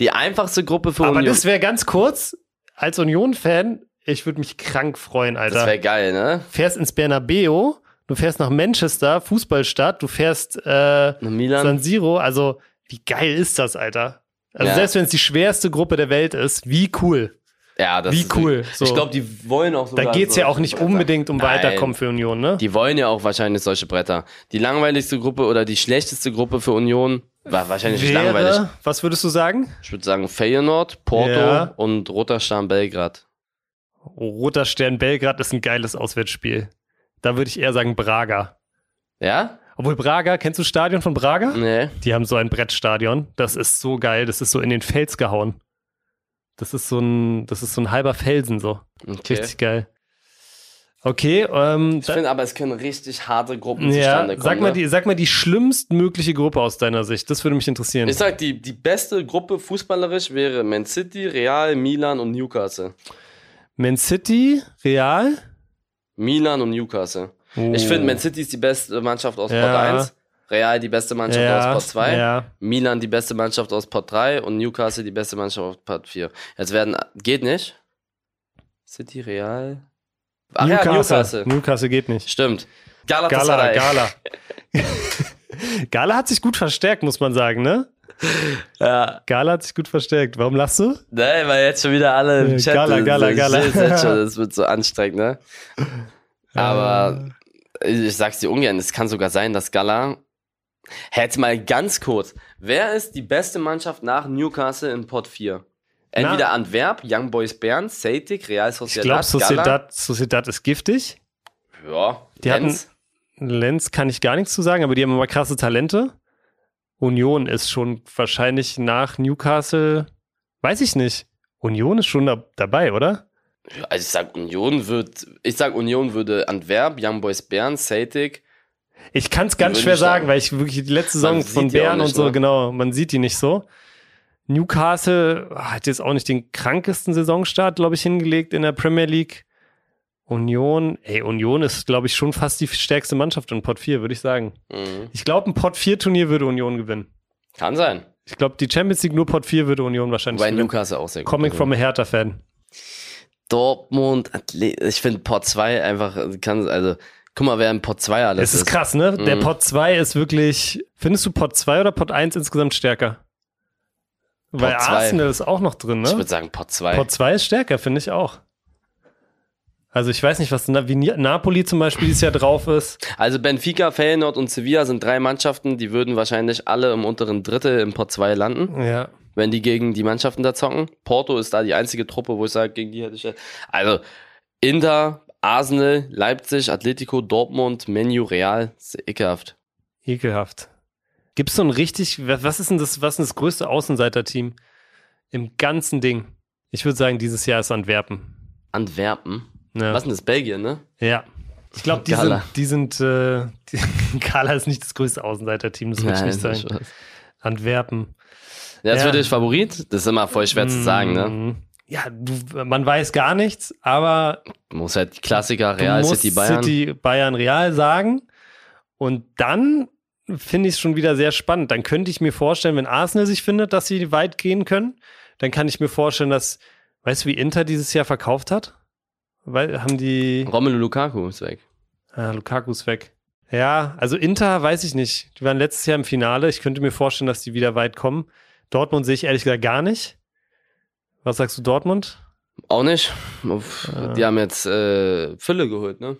Speaker 2: Die einfachste Gruppe für
Speaker 1: Aber
Speaker 2: Union.
Speaker 1: das wäre ganz kurz, als Union-Fan, ich würde mich krank freuen,
Speaker 2: das
Speaker 1: Alter.
Speaker 2: wäre geil, ne?
Speaker 1: fährst ins Bernabeu, du fährst nach Manchester, Fußballstadt, du fährst äh,
Speaker 2: Nach Milan.
Speaker 1: San Siro. Also, wie geil ist das, Alter? Also,
Speaker 2: Ja.
Speaker 1: selbst wenn es die schwerste Gruppe der Welt ist, wie cool.
Speaker 2: Ja, das
Speaker 1: Wie
Speaker 2: ist
Speaker 1: cool. So.
Speaker 2: Ich glaube, die wollen auch sogar
Speaker 1: Da geht es ja
Speaker 2: so-
Speaker 1: auch nicht unbedingt um
Speaker 2: Nein.
Speaker 1: Weiterkommen für Union, ne?
Speaker 2: Die wollen ja auch wahrscheinlich solche Bretter. Die langweiligste Gruppe oder die schlechteste Gruppe für Union war wahrscheinlich nicht langweilig.
Speaker 1: Wäre, was würdest du sagen?
Speaker 2: Ich würde sagen Feyenoord, Porto
Speaker 1: Ja.
Speaker 2: und Roter Stern Belgrad.
Speaker 1: Oh, Roter Stern Belgrad ist ein geiles Auswärtsspiel. Da würde ich eher sagen Braga.
Speaker 2: Ja?
Speaker 1: Obwohl Braga, kennst du das Stadion von Braga?
Speaker 2: Nee.
Speaker 1: Die haben so ein Brettstadion. Das ist so geil. Das ist so in den Fels gehauen. Das ist so ein, das ist so ein halber Felsen so.
Speaker 2: Okay.
Speaker 1: Richtig geil. Okay, ähm,
Speaker 2: Ich
Speaker 1: da,
Speaker 2: finde aber, es können richtig harte Gruppen zustande
Speaker 1: ja,
Speaker 2: kommen.
Speaker 1: sag mal,
Speaker 2: ne?
Speaker 1: die, sag mal die schlimmstmögliche Gruppe aus deiner Sicht. Das würde mich interessieren.
Speaker 2: Ich sag, die, die beste Gruppe fußballerisch wäre Man City, Real, Milan und Newcastle.
Speaker 1: Man City, Real.
Speaker 2: Milan und Newcastle.
Speaker 1: Oh.
Speaker 2: Ich finde, Man City ist die beste Mannschaft aus
Speaker 1: Ja.
Speaker 2: Pot 1, Real die beste Mannschaft
Speaker 1: ja,
Speaker 2: aus Pot 2,
Speaker 1: Ja.
Speaker 2: Milan die beste Mannschaft aus Pot 3 und Newcastle die beste Mannschaft aus Pot 4. Jetzt werden, geht nicht. City, Real. Ach
Speaker 1: Newcastle.
Speaker 2: ja, Newcastle.
Speaker 1: Newcastle geht nicht.
Speaker 2: Stimmt.
Speaker 1: Gala,
Speaker 2: Galatasaray.
Speaker 1: Gala. Gala hat sich gut verstärkt, muss man sagen, ne?
Speaker 2: Ja.
Speaker 1: Gala hat sich gut verstärkt. Warum lachst du?
Speaker 2: Nein, weil jetzt schon wieder alle
Speaker 1: Äh,
Speaker 2: im Chat
Speaker 1: Gala,
Speaker 2: sind.
Speaker 1: Gala,
Speaker 2: Ich
Speaker 1: Gala.
Speaker 2: seh's jetzt schon, Das wird so anstrengend, ne?
Speaker 1: Äh,
Speaker 2: Aber ich sag's dir ungern, es kann sogar sein, dass Gala. Hey, Jetzt mal ganz kurz. Wer ist die beste Mannschaft nach Newcastle in Pot 4? Entweder
Speaker 1: Na?
Speaker 2: Antwerp, Young Boys Bern, Celtic, Real
Speaker 1: Ich
Speaker 2: Sociedad,
Speaker 1: glaube,
Speaker 2: Gala.
Speaker 1: Sociedad, Sociedad ist giftig.
Speaker 2: Ja,
Speaker 1: Die hatten-
Speaker 2: Lenz.
Speaker 1: Lenz kann ich gar nichts zu sagen, aber die haben immer krasse Talente. Union ist schon wahrscheinlich nach Newcastle, weiß ich nicht. Union ist schon da, dabei, oder?
Speaker 2: Also ich sag Union wird, ich sag Union würde Antwerp, Young Boys Bern, Celtic.
Speaker 1: Ich kann es ganz
Speaker 2: würden
Speaker 1: schwer
Speaker 2: nicht da-
Speaker 1: sagen, weil ich wirklich die letzte Saison
Speaker 2: Man sieht
Speaker 1: von
Speaker 2: die auch
Speaker 1: Bern und
Speaker 2: nicht,
Speaker 1: so,
Speaker 2: ne?
Speaker 1: genau, man sieht die nicht so. Newcastle ah, hat jetzt auch nicht den krankesten Saisonstart, glaube ich, hingelegt in der Premier League. Union, ey, Union ist, glaube ich, schon fast die stärkste Mannschaft in Pot 4, würde ich sagen.
Speaker 2: Mhm.
Speaker 1: Ich glaube, ein Pot 4 Turnier würde Union gewinnen.
Speaker 2: Kann sein.
Speaker 1: Ich glaube, die Champions League nur Pot 4 würde Union wahrscheinlich
Speaker 2: Weil
Speaker 1: gewinnen.
Speaker 2: Newcastle auch sehr gut.
Speaker 1: Coming
Speaker 2: ist.
Speaker 1: from a Hertha-Fan.
Speaker 2: Dortmund, Atle ich finde Pot 2 einfach, kann, also, guck mal, wer in Pot 2 alles
Speaker 1: Es ist krass, ne? Der
Speaker 2: Mhm.
Speaker 1: Pot 2 ist wirklich. Findest du Pot 2 oder Pot 1 insgesamt stärker? Weil
Speaker 2: 2.
Speaker 1: Arsenal ist auch noch drin,
Speaker 2: Ich
Speaker 1: ne?
Speaker 2: würde sagen Pot 2.
Speaker 1: Pot 2 ist stärker, finde ich auch. Also ich weiß nicht, was Na- wie Ni- Napoli zum Beispiel dieses Jahr drauf ist.
Speaker 2: Also Benfica, Feyenoord und Sevilla sind drei Mannschaften, die würden wahrscheinlich alle im unteren Drittel im Pot 2 landen,
Speaker 1: Ja.
Speaker 2: wenn die gegen die Mannschaften da zocken. Porto ist da die einzige Truppe, wo ich sage, gegen die hätte ich... Also Inter, Arsenal, Leipzig, Atletico, Dortmund, Menu, Real, ist ekelhaft.
Speaker 1: Ekelhaft. Gibt es so ein richtig, wa- was ist denn das, was ist denn das größte Außenseiterteam im ganzen Ding? Ich würde sagen, dieses Jahr ist Antwerpen.
Speaker 2: Antwerpen.
Speaker 1: Ja.
Speaker 2: Was denn das? Belgien, ne?
Speaker 1: Ja. Ich glaube, die
Speaker 2: Gala.
Speaker 1: sind, die sind, äh, die, Gala ist nicht das größte Außenseiterteam, das würde ich
Speaker 2: Nein,
Speaker 1: nicht sagen.
Speaker 2: das-
Speaker 1: Antwerpen.
Speaker 2: Das
Speaker 1: Ja.
Speaker 2: würde ich Favorit. Das ist immer voll schwer zu sagen, ne?
Speaker 1: Mm, Ja, du, man weiß gar nichts, aber
Speaker 2: Muss halt die Klassiker,
Speaker 1: du
Speaker 2: Real
Speaker 1: musst
Speaker 2: City, Bayern.
Speaker 1: City Bayern Real sagen. Und dann finde ich es schon wieder sehr spannend. Dann könnte ich mir vorstellen, wenn Arsenal sich findet, dass sie weit gehen können, dann kann ich mir vorstellen, dass, weißt du, wie Inter dieses Jahr verkauft hat? Weil haben die.
Speaker 2: Romelu Lukaku ist weg.
Speaker 1: Ah, Lukaku ist weg. Ja, also Inter weiß ich nicht. Die waren letztes Jahr im Finale. Ich könnte mir vorstellen, dass die wieder weit kommen. Dortmund sehe ich ehrlich gesagt gar nicht. Was sagst du, Dortmund?
Speaker 2: Auch nicht. Uff,
Speaker 1: Ah.
Speaker 2: Die haben jetzt äh, Fülle geholt, ne?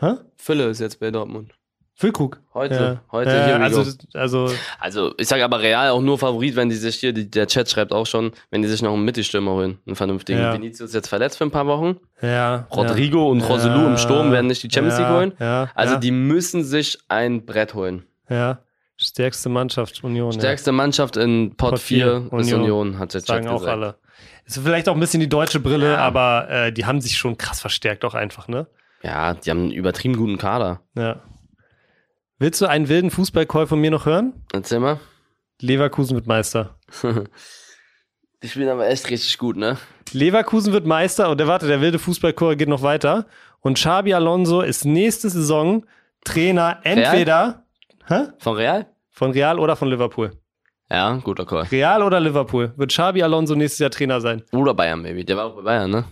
Speaker 1: Hä?
Speaker 2: Fülle ist jetzt bei Dortmund.
Speaker 1: Füllkrug.
Speaker 2: Heute,
Speaker 1: Ja.
Speaker 2: heute
Speaker 1: Ja,
Speaker 2: here we go.
Speaker 1: also, also,
Speaker 2: Also, ich sag aber Real auch nur Favorit, wenn die sich hier, die, der Chat schreibt auch schon, wenn die sich noch einen Mittelstürmer holen, einen vernünftigen.
Speaker 1: Ja.
Speaker 2: Vinicius ist jetzt verletzt für ein paar Wochen.
Speaker 1: ja.
Speaker 2: Rodrigo und
Speaker 1: ja.
Speaker 2: Roselu im Sturm werden nicht die Champions
Speaker 1: ja,
Speaker 2: League holen.
Speaker 1: Ja,
Speaker 2: Also,
Speaker 1: ja,
Speaker 2: die müssen sich ein Brett holen.
Speaker 1: Ja. Stärkste Mannschaft, Union.
Speaker 2: Stärkste Mannschaft in Pot
Speaker 1: Pot vier,
Speaker 2: 4 ist
Speaker 1: Union.
Speaker 2: Union, hat der
Speaker 1: ja. sagen
Speaker 2: Chat
Speaker 1: auch
Speaker 2: gesagt.
Speaker 1: alle. Ist vielleicht auch ein bisschen die deutsche Brille,
Speaker 2: Ja.
Speaker 1: aber äh, die haben sich schon krass verstärkt, auch einfach, ne?
Speaker 2: Ja, die haben einen übertrieben guten Kader.
Speaker 1: Ja. Willst du einen wilden Fußballcall von mir noch hören?
Speaker 2: Erzähl mal.
Speaker 1: Leverkusen wird Meister.
Speaker 2: Die spielen aber echt richtig gut, ne?
Speaker 1: Leverkusen wird Meister und der warte, der wilde Fußballchor geht noch weiter. Und Xabi Alonso ist nächste Saison Trainer entweder hä?
Speaker 2: Von Real?
Speaker 1: von Real oder von Liverpool.
Speaker 2: Ja, guter Call.
Speaker 1: Real oder Liverpool wird Xabi Alonso nächstes Jahr Trainer sein.
Speaker 2: Oder Bayern, Baby. Der war auch bei Bayern, ne?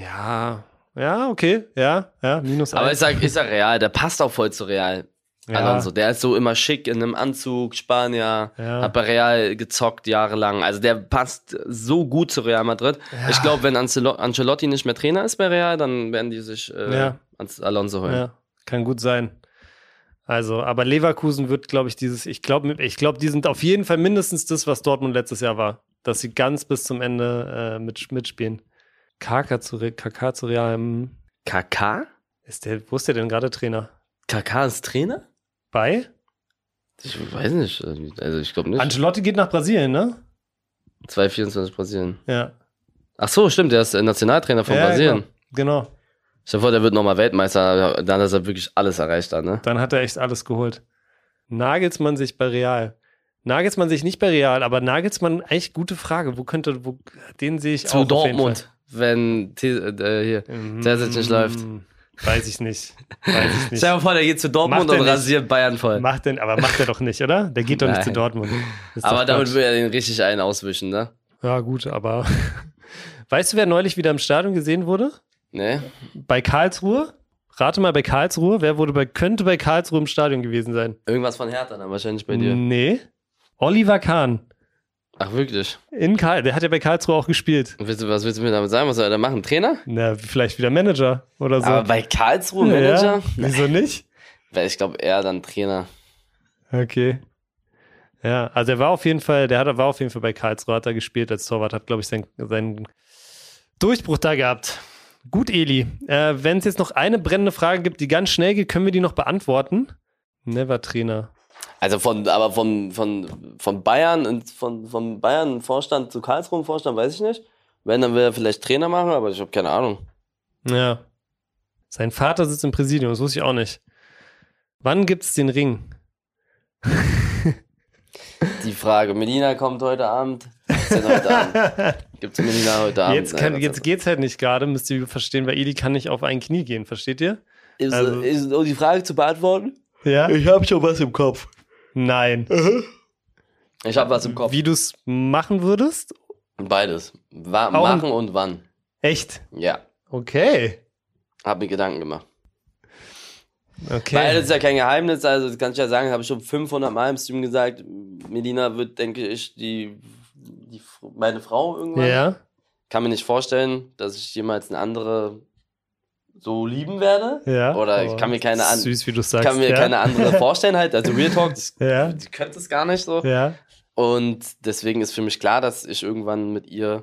Speaker 1: Ja, ja, okay, ja, ja, minus
Speaker 2: Aber ich
Speaker 1: eins.
Speaker 2: sag, ich sag Real, der passt auch voll zu Real.
Speaker 1: ja,
Speaker 2: Alonso, der ist so immer schick in einem Anzug, Spanier,
Speaker 1: Ja.
Speaker 2: hat bei Real gezockt jahrelang. Also der passt so gut zu Real Madrid. Ich glaube, wenn Ancelo Ancelotti nicht mehr Trainer ist bei Real, dann werden die sich äh,
Speaker 1: Ja.
Speaker 2: ans- Alonso holen.
Speaker 1: ja, kann gut sein. Also, aber Leverkusen wird, glaube ich, dieses, ich glaube, ich glaube, die sind auf jeden Fall mindestens das, was Dortmund letztes Jahr war, dass sie ganz bis zum Ende äh, mit, mitspielen. Kaka zu, Re- Kaka zu Real, hm.
Speaker 2: KK?
Speaker 1: Ist der, wo ist der denn gerade Trainer?
Speaker 2: KK ist Trainer?
Speaker 1: Bei?
Speaker 2: Ich weiß nicht. Also ich glaube nicht.
Speaker 1: Ancelotti geht nach Brasilien, ne?
Speaker 2: 224 Brasilien.
Speaker 1: Ja.
Speaker 2: Ach so, stimmt, der ist äh, Nationaltrainer von
Speaker 1: ja,
Speaker 2: Brasilien.
Speaker 1: Genau. genau.
Speaker 2: Ich vor, der wird nochmal Weltmeister, dann hat er wirklich alles erreicht da, ne?
Speaker 1: Dann hat er echt alles geholt. Nagelsmann sich bei Real. Nagelsmann sich nicht bei Real, aber Nagelsmann, eigentlich gute Frage. Wo könnte, wo, den sehe ich
Speaker 2: Zu
Speaker 1: auch
Speaker 2: Dortmund, wenn T äh, hier.
Speaker 1: Auf jeden Fall.
Speaker 2: Der sich nicht läuft.
Speaker 1: Mm, Mhm. Weiß ich nicht. Weiß ich
Speaker 2: Stell dir
Speaker 1: nicht.
Speaker 2: mal vor, der geht zu Dortmund
Speaker 1: Macht er
Speaker 2: und
Speaker 1: nicht.
Speaker 2: rasiert Bayern voll.
Speaker 1: Macht denn, aber macht er doch nicht, oder? Der geht doch nicht
Speaker 2: Nein.
Speaker 1: zu Dortmund. Ist doch
Speaker 2: Aber damit
Speaker 1: Quatsch.
Speaker 2: will er den richtig einen auswischen, ne?
Speaker 1: Ja, gut, aber. Weißt du, wer neulich wieder im Stadion gesehen wurde?
Speaker 2: Ne?
Speaker 1: Bei Karlsruhe? Rate mal bei Karlsruhe. Wer wurde bei, könnte bei Karlsruhe im Stadion gewesen sein?
Speaker 2: Irgendwas von Hertha dann wahrscheinlich bei dir.
Speaker 1: Nee. Oliver Kahn.
Speaker 2: Ach, wirklich?
Speaker 1: In Karl, der hat ja bei Karlsruhe auch gespielt.
Speaker 2: Willst du, was willst du mir damit sagen? Was soll er da machen? Trainer?
Speaker 1: Na, vielleicht wieder Manager oder so.
Speaker 2: Aber bei Karlsruhe Manager?
Speaker 1: Also- Ja, wieso nicht?
Speaker 2: Weil ich glaube, er dann Trainer.
Speaker 1: Okay. Ja, also er war auf jeden Fall, der hat, war auf jeden Fall bei Karlsruhe, hat er gespielt als Torwart, hat, glaube ich, seinen, seinen Durchbruch da gehabt. Gut, Eli. Äh, Wenn es jetzt noch eine brennende Frage gibt, die ganz schnell geht, können wir die noch beantworten? Never Trainer.
Speaker 2: Also von, aber von, von, von Bayern und von, von Bayern Vorstand zu Karlsruhe Vorstand, weiß ich nicht. Wenn, dann will er vielleicht Trainer machen, aber ich habe keine Ahnung.
Speaker 1: Ja. Sein Vater sitzt im Präsidium, das wusste ich auch nicht. Wann gibt's den Ring?
Speaker 2: Die Frage, Melina kommt heute Abend. Gibt's denn heute Abend? Gibt's Melina heute Abend?
Speaker 1: Jetzt, kann,
Speaker 2: Nein,
Speaker 1: jetzt geht's halt nicht gerade, müsst ihr verstehen, weil Eli kann nicht auf ein Knie gehen, versteht ihr?
Speaker 2: Ist,
Speaker 1: also-
Speaker 2: ist, um die Frage zu beantworten?
Speaker 1: Ja.
Speaker 2: Ich habe schon was im Kopf. Äh.
Speaker 1: Nein.
Speaker 2: Ich habe was im Kopf.
Speaker 1: Wie du es machen würdest?
Speaker 2: Beides. Wa
Speaker 1: Auch
Speaker 2: machen und wann.
Speaker 1: Echt?
Speaker 2: Ja.
Speaker 1: Okay.
Speaker 2: Hab mir Gedanken gemacht.
Speaker 1: Okay.
Speaker 2: Beides ist ja kein Geheimnis, also das kann ich ja sagen, habe ich schon 500 Mal im Stream gesagt. Melina wird, denke ich, die, die meine Frau irgendwann.
Speaker 1: ja.
Speaker 2: Kann mir nicht vorstellen, dass ich jemals eine andere so lieben werde.
Speaker 1: ja.
Speaker 2: Oder ich
Speaker 1: Aber
Speaker 2: kann mir keine an-
Speaker 1: Süß, wie du sagst.
Speaker 2: Ich kann mir
Speaker 1: ja.
Speaker 2: keine andere vorstellen halt. Also Real Talk, das,
Speaker 1: Ja.
Speaker 2: die könnte es gar nicht so.
Speaker 1: Ja.
Speaker 2: Und deswegen ist für mich klar, dass ich irgendwann mit ihr,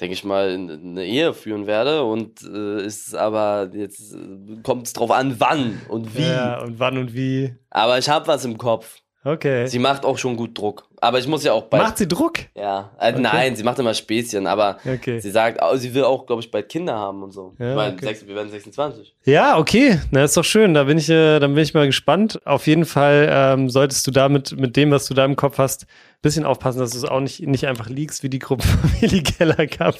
Speaker 2: denke ich mal, eine Ehe führen werde. Und äh, ist aber jetzt äh, kommt es drauf an, wann und wie.
Speaker 1: Ja. Und wann und wie.
Speaker 2: Aber ich habe was im Kopf.
Speaker 1: Okay.
Speaker 2: Sie macht auch schon gut Druck. Aber ich muss ja auch bald.
Speaker 1: Macht sie Druck?
Speaker 2: ja, äh,
Speaker 1: Okay.
Speaker 2: nein, sie macht immer Späßchen, aber
Speaker 1: Okay.
Speaker 2: sie sagt, oh, sie will auch, glaube ich, bald Kinder haben und so.
Speaker 1: Ja,
Speaker 2: ich meine,
Speaker 1: okay.
Speaker 2: sechs, wir werden 26.
Speaker 1: Ja, okay. Na, ist doch schön. Da bin ich, äh, dann bin ich mal gespannt. Auf jeden Fall ähm, solltest du damit, mit dem, was du da im Kopf hast, ein bisschen aufpassen, dass du es auch nicht, nicht einfach liegst wie die Gruppe Familie Keller Cup.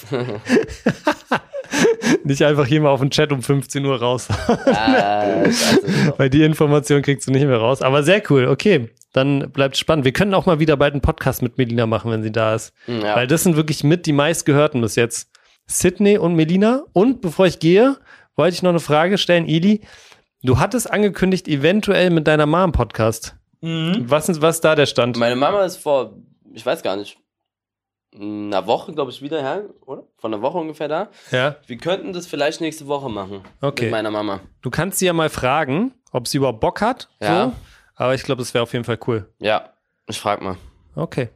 Speaker 1: nicht einfach hier mal auf den Chat um 15 Uhr raus.
Speaker 2: ah, scheiße.
Speaker 1: Weil die Information kriegst du nicht mehr raus. Aber sehr cool. Okay. Dann bleibt spannend. Wir können auch mal wieder bald einen Podcast mit Melina machen, wenn sie da ist.
Speaker 2: Hm, ja.
Speaker 1: Weil das sind wirklich mit die meistgehörten bis jetzt. Sydney und Melina. Und bevor ich gehe, wollte ich noch eine Frage stellen, Eli. Du hattest angekündigt, eventuell mit deiner Mom Podcast. Was ist was da der Stand?
Speaker 2: Meine Mama ist vor, ich weiß gar nicht, einer Woche, glaube ich, wieder her, oder? Von einer Woche ungefähr da.
Speaker 1: Ja,
Speaker 2: Wir könnten das vielleicht nächste Woche machen.
Speaker 1: okay.
Speaker 2: Mit meiner Mama.
Speaker 1: Du kannst sie ja mal fragen, ob sie überhaupt Bock hat.
Speaker 2: Ja.
Speaker 1: So. Aber ich glaube, das wäre auf jeden Fall cool.
Speaker 2: Ja, ich frag mal.
Speaker 1: Okay.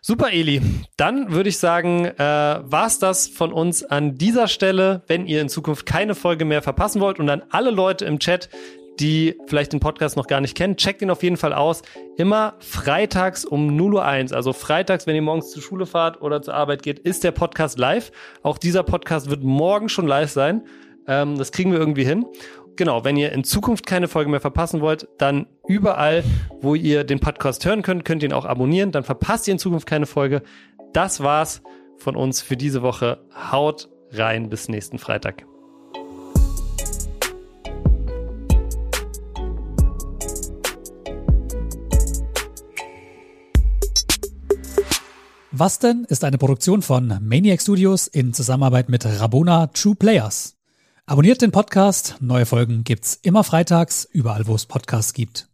Speaker 1: Super, Eli. Dann würde ich sagen, äh, war's das von uns an dieser Stelle. Wenn ihr in Zukunft keine Folge mehr verpassen wollt und an alle Leute im Chat, die vielleicht den Podcast noch gar nicht kennen, checkt ihn auf jeden Fall aus. Immer freitags um 0.01 Uhr. Also freitags, wenn ihr morgens zur Schule fahrt oder zur Arbeit geht, ist der Podcast live. Auch dieser Podcast wird morgen schon live sein. Ähm, das kriegen wir irgendwie hin. Genau, wenn ihr in Zukunft keine Folge mehr verpassen wollt, dann überall, wo ihr den Podcast hören könnt, könnt ihr ihn auch abonnieren. Dann verpasst ihr in Zukunft keine Folge. Das war's von uns für diese Woche. Haut rein bis nächsten Freitag.
Speaker 3: Was denn ist eine Produktion von Maniac Studios in Zusammenarbeit mit Rabona True Players. Abonniert den Podcast, neue Folgen gibt's immer freitags, überall wo es Podcasts gibt.